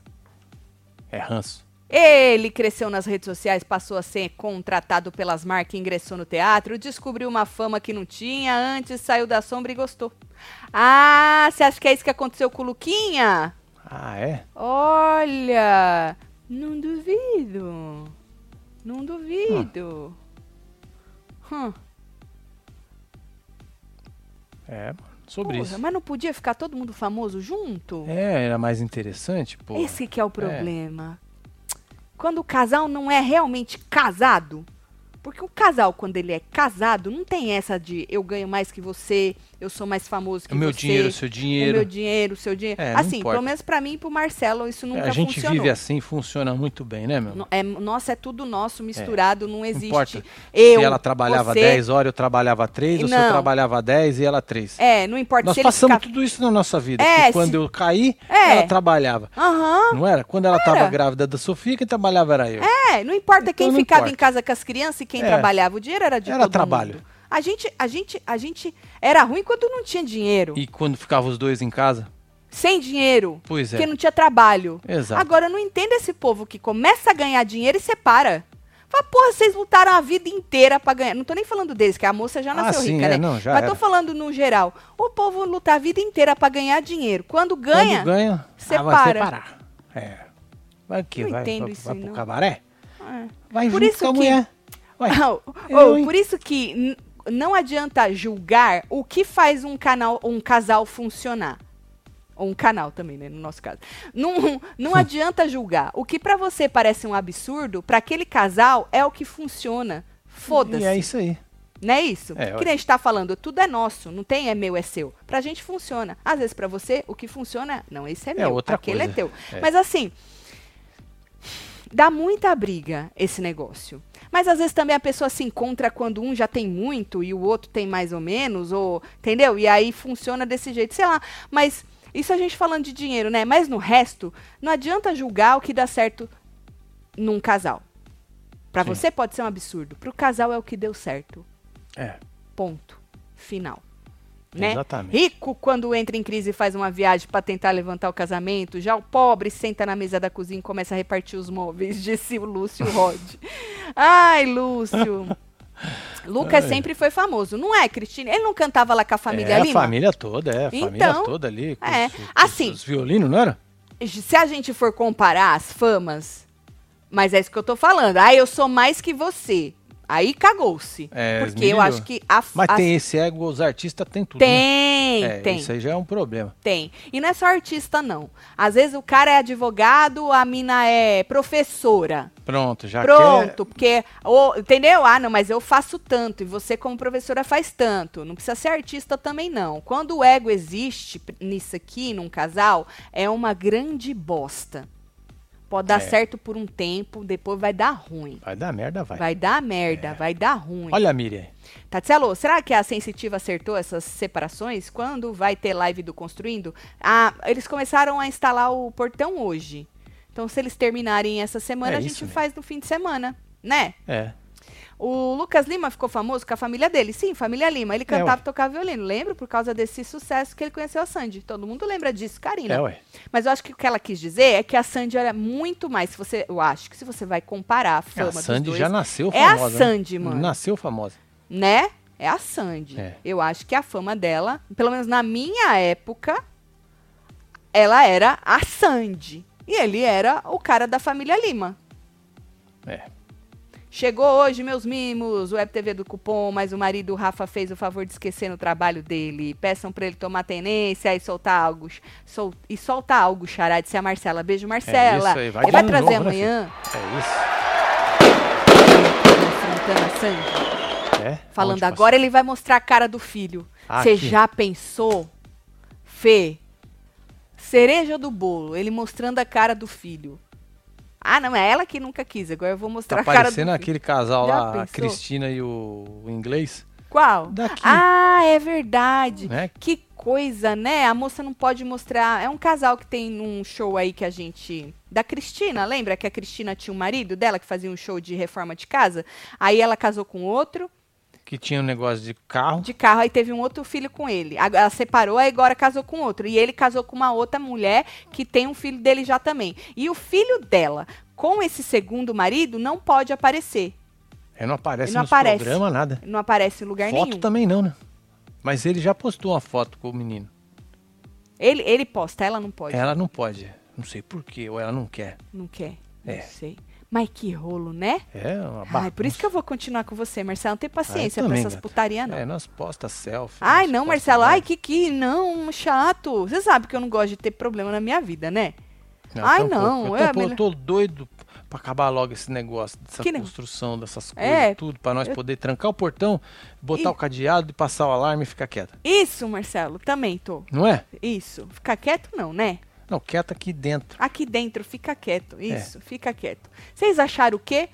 Speaker 1: É ranço.
Speaker 2: Ele cresceu nas redes sociais, passou a ser contratado pelas marcas, ingressou no teatro, descobriu uma fama que não tinha antes, saiu da sombra e gostou. Ah, você acha que é isso que aconteceu com o Luquinha?
Speaker 1: Ah, é?
Speaker 2: Olha, não duvido. Não duvido.
Speaker 1: Ah.
Speaker 2: Hum.
Speaker 1: É, mano. Sobre
Speaker 2: Porra,
Speaker 1: isso.
Speaker 2: mas não podia ficar todo mundo famoso junto?
Speaker 1: É, era mais interessante, pô.
Speaker 2: Esse que é o problema. Quando o casal não é realmente casado, porque o casal, quando ele é casado, não tem essa de eu ganho mais que você, eu sou mais famoso que
Speaker 1: É O meu
Speaker 2: você.
Speaker 1: dinheiro, o seu
Speaker 2: O meu
Speaker 1: dinheiro.
Speaker 2: dinheiro, o seu dinheiro.
Speaker 1: É, não
Speaker 2: assim,
Speaker 1: importa.
Speaker 2: pelo menos pra mim e pro Marcelo, isso nunca
Speaker 1: a gente
Speaker 2: funcionou.
Speaker 1: vive assim, funciona muito bem, né, meu?
Speaker 2: No- é, nossa, é tudo nosso, misturado, não
Speaker 1: Não
Speaker 2: existe.
Speaker 1: importa
Speaker 2: Eu,
Speaker 1: se ela trabalhava
Speaker 2: você-
Speaker 1: 10 horas, eu trabalhava 3, ou se eu
Speaker 2: Não.
Speaker 1: trabalhava 10 e ela 3.
Speaker 2: É, não importa
Speaker 1: Nós
Speaker 2: se
Speaker 1: passamos
Speaker 2: ele
Speaker 1: tudo isso na nossa vida.
Speaker 2: É,
Speaker 1: que
Speaker 2: se-
Speaker 1: quando eu caí,
Speaker 2: É.
Speaker 1: ela trabalhava.
Speaker 2: ficar... Aham.
Speaker 1: Não era? Quando ela estava grávida da Sofia, quem trabalhava era eu.
Speaker 2: É, não importa
Speaker 1: Então
Speaker 2: quem
Speaker 1: não
Speaker 2: ficava
Speaker 1: importa.
Speaker 2: em casa com as crianças e quem
Speaker 1: É.
Speaker 2: trabalhava, o dinheiro era de
Speaker 1: Era
Speaker 2: todo
Speaker 1: trabalho.
Speaker 2: mundo. A gente, a gente, a gente era ruim quando não tinha dinheiro.
Speaker 1: E quando ficavam os dois em casa?
Speaker 2: Sem dinheiro,
Speaker 1: Pois é.
Speaker 2: porque não tinha trabalho.
Speaker 1: Exato.
Speaker 2: Agora eu não entendo esse povo que começa a ganhar dinheiro e separa. Fala, porra, vocês lutaram a vida inteira pra ganhar. Não tô nem falando deles, que a moça já
Speaker 1: Ah,
Speaker 2: nasceu
Speaker 1: sim,
Speaker 2: rica,
Speaker 1: é,
Speaker 2: né?
Speaker 1: não, já
Speaker 2: Mas tô
Speaker 1: era.
Speaker 2: falando no geral. O povo luta a vida inteira pra ganhar dinheiro. Quando ganha,
Speaker 1: Quando ganha, ah, vai
Speaker 2: separa.
Speaker 1: separar. É. Vai o quê?
Speaker 2: Não
Speaker 1: Vai,
Speaker 2: entendo
Speaker 1: vai,
Speaker 2: isso
Speaker 1: vai
Speaker 2: aí,
Speaker 1: pro
Speaker 2: não.
Speaker 1: cabaré?
Speaker 2: é.
Speaker 1: Vai
Speaker 2: Por
Speaker 1: junto
Speaker 2: isso
Speaker 1: com a
Speaker 2: que- Ah,
Speaker 1: mulher. Ué,
Speaker 2: Não,
Speaker 1: Eu,
Speaker 2: ô,
Speaker 1: hein?
Speaker 2: oh, por isso que n- não adianta julgar o que faz um canal, um casal funcionar. Ou um canal também, né, no nosso caso. Não, não adianta julgar. O que pra você parece um absurdo, pra aquele casal é o que funciona.
Speaker 1: e
Speaker 2: Foda-se.
Speaker 1: é isso aí.
Speaker 2: Não é isso?
Speaker 1: É,
Speaker 2: que
Speaker 1: olha.
Speaker 2: nem a gente tá falando, tudo é nosso, não tem é meu, é seu. Pra gente funciona. Às vezes pra você, o que funciona, não, esse é, meu,
Speaker 1: outra
Speaker 2: aquele
Speaker 1: coisa.
Speaker 2: é teu.
Speaker 1: É.
Speaker 2: Mas assim, dá muita briga esse negócio. Mas às vezes também a pessoa se encontra quando um já tem muito e o outro tem mais ou menos, ou, entendeu? E aí funciona desse jeito, sei lá. Mas isso a gente falando de dinheiro, né? Mas no resto, não adianta julgar o que dá certo num casal. Pra
Speaker 1: Sim.
Speaker 2: você pode ser um absurdo, pro casal é o que deu certo.
Speaker 1: É,
Speaker 2: Ponto. Final. Né?
Speaker 1: exatamente.
Speaker 2: Rico, quando entra em crise, faz uma viagem para tentar levantar o casamento. Já o pobre senta na mesa da cozinha e começa a repartir os móveis, disse o Lúcio Rod. Ai, Lúcio. Lucas
Speaker 1: Ai.
Speaker 2: sempre foi famoso, não é, Cristina? Ele não cantava lá com a família
Speaker 1: é,
Speaker 2: Lima?
Speaker 1: a família toda, é. A família
Speaker 2: Então,
Speaker 1: toda ali. com
Speaker 2: é.
Speaker 1: os- com
Speaker 2: Assim.
Speaker 1: Os, violinos, não era?
Speaker 2: Se a gente for comparar as famas, mas é isso que eu tô falando. Ah, eu sou mais que você. Aí cagou-se.
Speaker 1: É,
Speaker 2: porque eu
Speaker 1: esmirilhou.
Speaker 2: acho que a,
Speaker 1: Mas
Speaker 2: a-
Speaker 1: tem esse ego, os artistas têm tudo. né?
Speaker 2: tem,
Speaker 1: É,
Speaker 2: tem.
Speaker 1: Isso aí já é um problema.
Speaker 2: Tem. E não é só artista, não. Às vezes o cara é advogado, a mina é professora.
Speaker 1: Pronto, já quer.
Speaker 2: Pronto, porque. ô, entendeu? Ah, não, mas eu faço tanto e você, como professora, faz tanto. Não precisa ser artista também, não. Quando o ego existe p- nisso aqui, num casal, é uma grande bosta. Pode dar
Speaker 1: É.
Speaker 2: certo por um tempo, depois vai dar ruim.
Speaker 1: Vai dar merda, vai. É.
Speaker 2: Vai, dar merda, vai dar ruim.
Speaker 1: Olha a Miriam.
Speaker 2: Tatielo, será que a Sensitiva acertou essas separações? Quando vai ter live do Construindo? Ah, eles começaram a instalar o portão hoje. Então, se eles terminarem essa semana,
Speaker 1: É
Speaker 2: a gente
Speaker 1: isso, né?
Speaker 2: faz no fim de semana, né?
Speaker 1: É.
Speaker 2: O Lucas Lima ficou famoso com a família dele. Sim, família Lima. Ele cantava
Speaker 1: É, ué.
Speaker 2: e tocava violino. Lembro por causa desse sucesso que ele conheceu a Sandy. Todo mundo lembra disso, Karina.
Speaker 1: É, ué.
Speaker 2: Mas eu acho que o que ela quis dizer é que a Sandy era muito mais. Se você, eu acho que se você vai comparar a fama
Speaker 1: A Sandy
Speaker 2: dos dois,
Speaker 1: já nasceu
Speaker 2: É a
Speaker 1: famosa. né?
Speaker 2: Sandy, mano
Speaker 1: Nasceu famosa.
Speaker 2: né? É a Sandy.
Speaker 1: É.
Speaker 2: Eu acho que a fama dela, pelo menos na minha época, ela era a Sandy. E ele era o cara da família Lima.
Speaker 1: É.
Speaker 2: Chegou hoje, meus mimos, Web TV do Cupom, mas o marido Rafa fez o favor de esquecer no trabalho dele. Peçam pra ele tomar tenência e soltar algo. sol- e soltar algo, Xará, disse a Marcela. Beijo, Marcela.
Speaker 1: É aí, vai
Speaker 2: ele vai
Speaker 1: de
Speaker 2: trazer
Speaker 1: novo, né,
Speaker 2: amanhã,
Speaker 1: É isso.
Speaker 2: enfrentando a Sandy.
Speaker 1: É.
Speaker 2: Falando
Speaker 1: Onde Ah,
Speaker 2: agora, ele vai mostrar a cara do filho. Você
Speaker 1: Aqui.
Speaker 2: já pensou? Fê, cereja do bolo, ele mostrando a cara do filho. Ah, não, é ela que nunca quis. Agora eu vou
Speaker 1: Tá
Speaker 2: mostrar a cara do
Speaker 1: parecendo
Speaker 2: filho.
Speaker 1: aquele casal
Speaker 2: Já
Speaker 1: lá, a
Speaker 2: pensou?
Speaker 1: Cristina e o, o inglês,
Speaker 2: Qual?
Speaker 1: Daqui.
Speaker 2: Ah, é verdade.
Speaker 1: né?
Speaker 2: Que coisa, né? A moça não pode mostrar. É um casal que tem um show aí que a gente. Da Cristina, lembra que a Cristina tinha um marido dela que fazia um show de reforma de casa? Aí ela casou com outro.
Speaker 1: Que tinha um negócio de carro.
Speaker 2: de carro, aí teve um outro filho com ele. A- Ela separou, aí agora casou com outro. E ele casou com uma outra mulher que tem um filho dele já também. E o filho dela, com esse segundo marido, não pode aparecer.
Speaker 1: Ele É, não aparece
Speaker 2: Ele não
Speaker 1: nos
Speaker 2: aparece.
Speaker 1: programas, nada.
Speaker 2: Não aparece em lugar
Speaker 1: foto
Speaker 2: nenhum.
Speaker 1: também não, né? Mas ele já postou uma foto com o menino.
Speaker 2: Ele, ele posta, ela não pode.
Speaker 1: Ela não pode. Não sei por quê, ou ela não quer.
Speaker 2: Não quer.
Speaker 1: É.
Speaker 2: Não sei. Mas que rolo, né?
Speaker 1: É uma
Speaker 2: Ai, por isso que eu vou continuar com você, Marcelo. Não tem paciência pra
Speaker 1: Ah, também,
Speaker 2: essas
Speaker 1: gata.
Speaker 2: putaria, não.
Speaker 1: É, nós posta selfie.
Speaker 2: Ai,
Speaker 1: nós
Speaker 2: não,
Speaker 1: posta
Speaker 2: Marcelo. Ai,
Speaker 1: nada.
Speaker 2: que que. Não, chato. Você sabe que eu não gosto de ter problema na minha vida, né?
Speaker 1: Não,
Speaker 2: ai,
Speaker 1: tampouco.
Speaker 2: não,
Speaker 1: Eu,
Speaker 2: é
Speaker 1: tampouco, eu
Speaker 2: melhor-
Speaker 1: tô doido pra acabar logo esse negócio, dessa
Speaker 2: Que negócio?
Speaker 1: construção, dessas coisas,
Speaker 2: É,
Speaker 1: tudo, pra nós poder trancar o portão, botar
Speaker 2: E-
Speaker 1: o cadeado, passar o alarme e ficar quieta.
Speaker 2: Isso, Marcelo. Também tô.
Speaker 1: Não é?
Speaker 2: Isso. Ficar quieto não, né?
Speaker 1: Não, quieta aqui dentro.
Speaker 2: Aqui dentro, fica quieto.
Speaker 1: É.
Speaker 2: Isso, fica quieto. Vocês acharam o quê?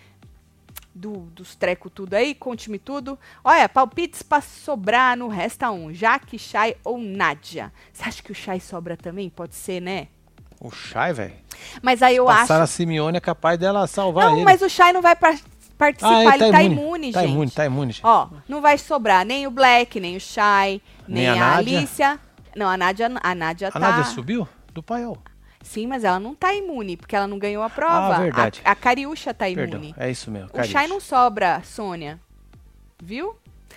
Speaker 2: Do- dos treco tudo aí, conte-me tudo. Olha, palpites pra sobrar no Resta um. Jaque, Chay ou Nádia. Você acha que o Chay sobra também? Pode ser, né?
Speaker 1: O Chai, velho.
Speaker 2: Mas aí eu
Speaker 1: Passar
Speaker 2: acho...
Speaker 1: a Simeone é capaz dela salvar
Speaker 2: Não,
Speaker 1: ele.
Speaker 2: mas o Chay não vai par- participar.
Speaker 1: Ah,
Speaker 2: ele tá, imune, gente.
Speaker 1: Tá imune, tá imune. gente.
Speaker 2: Ó, não vai sobrar nem o Black, nem o Chay, nem,
Speaker 1: Nem a
Speaker 2: a,
Speaker 1: Nádia?
Speaker 2: Alicia. Não, a Nádia, a Nádia
Speaker 1: a
Speaker 2: tá...
Speaker 1: Nádia subiu? Do paiol.
Speaker 2: Sim, mas ela não tá imune, porque ela não ganhou a prova.
Speaker 1: Ah, verdade.
Speaker 2: A, a Cariúcha tá imune.
Speaker 1: Perdão, é isso mesmo.
Speaker 2: o Shai não sobra, Sônia. Viu?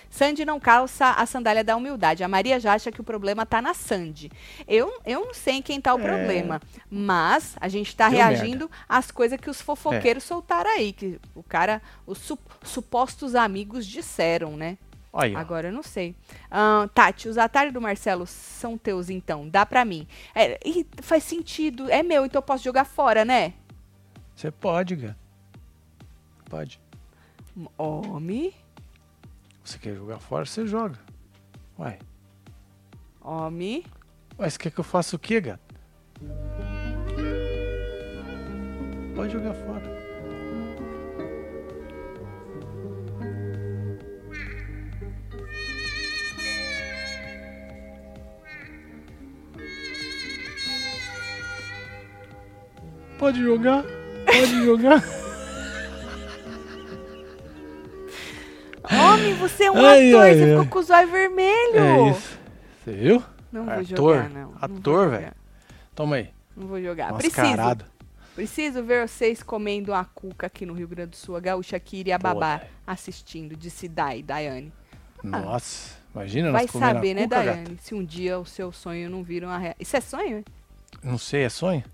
Speaker 2: Sandy não calça a sandália da humildade. A Maria já acha que o problema tá na Sandy. Eu, eu não sei em quem tá o problema, mas a gente tá
Speaker 1: É. Deu É.
Speaker 2: reagindo às coisas que os fofoqueiros soltaram aí, que o cara, os su- supostos amigos disseram, né?
Speaker 1: Olha, aí, ó.
Speaker 2: Agora eu não sei. Ahn, Tati, os atalhos do Marcelo são teus, então. Dá pra mim. É, e faz sentido. É meu, então eu posso jogar fora, né?
Speaker 1: você pode, cara. Pode.
Speaker 2: Homem,
Speaker 1: Você quer jogar fora, você joga. Uai.
Speaker 2: homem.
Speaker 1: Uai, você quer que eu faça o quê, gato? Pode jogar fora. Pode jogar? Pode jogar?
Speaker 2: Homem, você é um
Speaker 1: Ai,
Speaker 2: ator.
Speaker 1: ai,
Speaker 2: você
Speaker 1: ai.
Speaker 2: ficou com os olhos vermelhos.
Speaker 1: É isso. Você viu?
Speaker 2: Não vou
Speaker 1: Ator.
Speaker 2: jogar, não. Não vou
Speaker 1: Ator,
Speaker 2: jogar.
Speaker 1: velho. Toma aí.
Speaker 2: Não vou jogar. Ah, Preciso.
Speaker 1: Mascarado.
Speaker 2: Preciso ver vocês comendo uma cuca aqui no Rio Grande do Sul. A gaúcha que iria
Speaker 1: Boa,
Speaker 2: babar
Speaker 1: velho.
Speaker 2: assistindo, disse Dai, Daiane.
Speaker 1: Nossa. Imagina
Speaker 2: Ah. Vai
Speaker 1: nós comendo a
Speaker 2: saber, né,
Speaker 1: cuca,
Speaker 2: Daiane? Se um dia o seu sonho não vira uma realidade. Isso é sonho? é?
Speaker 1: gato. Não sei, é sonho?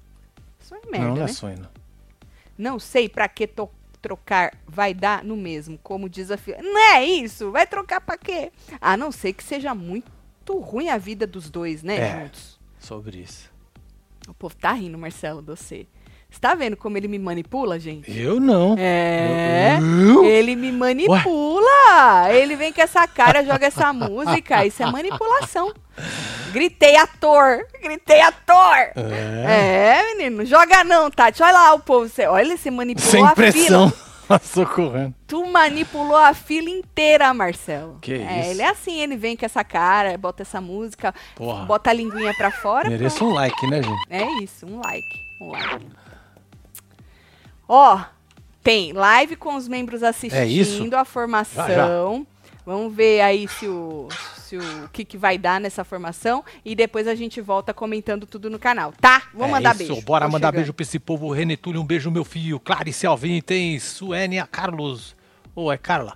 Speaker 2: Sonho merda,
Speaker 1: não, não
Speaker 2: né?
Speaker 1: é sonho, não.
Speaker 2: Não sei pra que tô trocar vai dar no mesmo, como desafio. Não é isso? Vai trocar pra quê? A não ser que seja muito ruim a vida dos dois, né,
Speaker 1: É.
Speaker 2: juntos.
Speaker 1: Sobre isso.
Speaker 2: O povo tá rindo, Marcelo, de você. Você tá vendo como ele me manipula, gente?
Speaker 1: Eu não.
Speaker 2: É.
Speaker 1: Eu?
Speaker 2: Ele me manipula. Ele vem com essa cara, joga essa música. Isso é manipulação. Gritei ator. Gritei ator.
Speaker 1: É.
Speaker 2: É, menino. não Joga não, Tati. Olha lá o povo. Você, olha, ele se manipulou
Speaker 1: Sem
Speaker 2: a fila.
Speaker 1: pressão. Tá Passou correndo.
Speaker 2: Tu manipulou a fila inteira, Marcelo.
Speaker 1: Que
Speaker 2: é,
Speaker 1: isso.
Speaker 2: Ele é assim. Ele vem com essa cara, bota essa música,
Speaker 1: Porra.
Speaker 2: bota a linguinha pra fora.
Speaker 1: Mereço um like, né, gente?
Speaker 2: É isso, um like. Um like. Ó, tem live com os membros assistindo
Speaker 1: É isso? Ah,
Speaker 2: a formação.
Speaker 1: Já, já.
Speaker 2: Vamos ver aí se o, se o, o que, que vai dar nessa formação. E depois a gente volta comentando tudo no canal, tá? Vou
Speaker 1: É
Speaker 2: mandar
Speaker 1: isso,
Speaker 2: beijo.
Speaker 1: Bora
Speaker 2: Tô
Speaker 1: mandar
Speaker 2: chegando.
Speaker 1: beijo pra esse povo. René Túlio, um beijo, meu filho. Clarice Alvim, tem Suênia Carlos. Ou é Carla?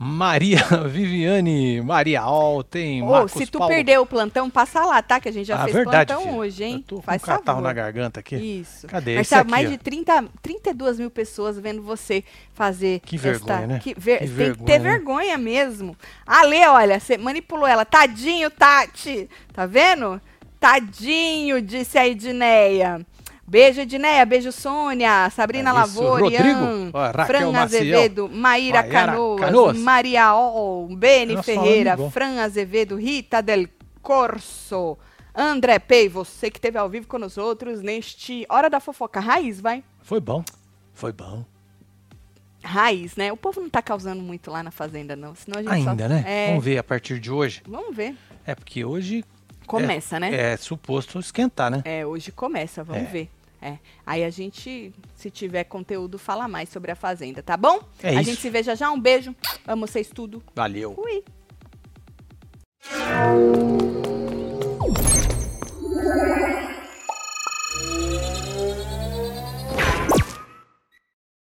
Speaker 1: Maria Viviane, Maria Al, tem
Speaker 2: Ô,
Speaker 1: Marcos
Speaker 2: se tu
Speaker 1: Paulo.
Speaker 2: perdeu o plantão, passa lá, tá? Que a gente já
Speaker 1: Ah,
Speaker 2: fez
Speaker 1: verdade,
Speaker 2: plantão
Speaker 1: filho.
Speaker 2: hoje, hein?
Speaker 1: Eu tô com
Speaker 2: Faz
Speaker 1: um catarro
Speaker 2: favor.
Speaker 1: na garganta aqui.
Speaker 2: Isso.
Speaker 1: Cadê?
Speaker 2: Mas
Speaker 1: Esse
Speaker 2: sabe,
Speaker 1: aqui,
Speaker 2: mais
Speaker 1: ó.
Speaker 2: de 30, 32 mil pessoas vendo você fazer.
Speaker 1: Que
Speaker 2: esta-
Speaker 1: vergonha, né?
Speaker 2: que ver-
Speaker 1: Que
Speaker 2: tem que
Speaker 1: vergonha,
Speaker 2: ter
Speaker 1: né?
Speaker 2: vergonha mesmo. A Lê, olha, você manipulou ela. Tadinho, Tati. Tá vendo? Tadinho, disse a Edneia. Beijo, Edneia. Beijo, Sônia. Sabrina
Speaker 1: É isso.
Speaker 2: Lavoro, Ian.
Speaker 1: Rodrigo, ó, Raquel
Speaker 2: Fran
Speaker 1: Maciel.
Speaker 2: Azevedo. Maíra
Speaker 1: Maiara
Speaker 2: Canoas.
Speaker 1: Canoas.
Speaker 2: Maria Ol. Beni
Speaker 1: Nossa,
Speaker 2: Ferreira.
Speaker 1: olha, igual.
Speaker 2: Fran Azevedo. Rita Del Corso. André Pei, você que esteve ao vivo com nós outros neste Hora da Fofoca Raiz, vai.
Speaker 1: Foi bom. Foi bom.
Speaker 2: Raiz, né? O povo não tá causando muito lá na fazenda, não. Senão a gente só-
Speaker 1: Ainda, né?
Speaker 2: É,
Speaker 1: Vamos ver a partir de hoje.
Speaker 2: vamos ver.
Speaker 1: É porque hoje
Speaker 2: Começa, né?
Speaker 1: é suposto esquentar, né?
Speaker 2: É, hoje começa, vamos
Speaker 1: É.
Speaker 2: ver. É. Aí a gente, se tiver conteúdo, fala mais sobre a fazenda, tá bom?
Speaker 1: É
Speaker 2: a
Speaker 1: isso.
Speaker 2: gente se veja já. Um beijo. Amo vocês tudo.
Speaker 1: Valeu.
Speaker 2: Fui.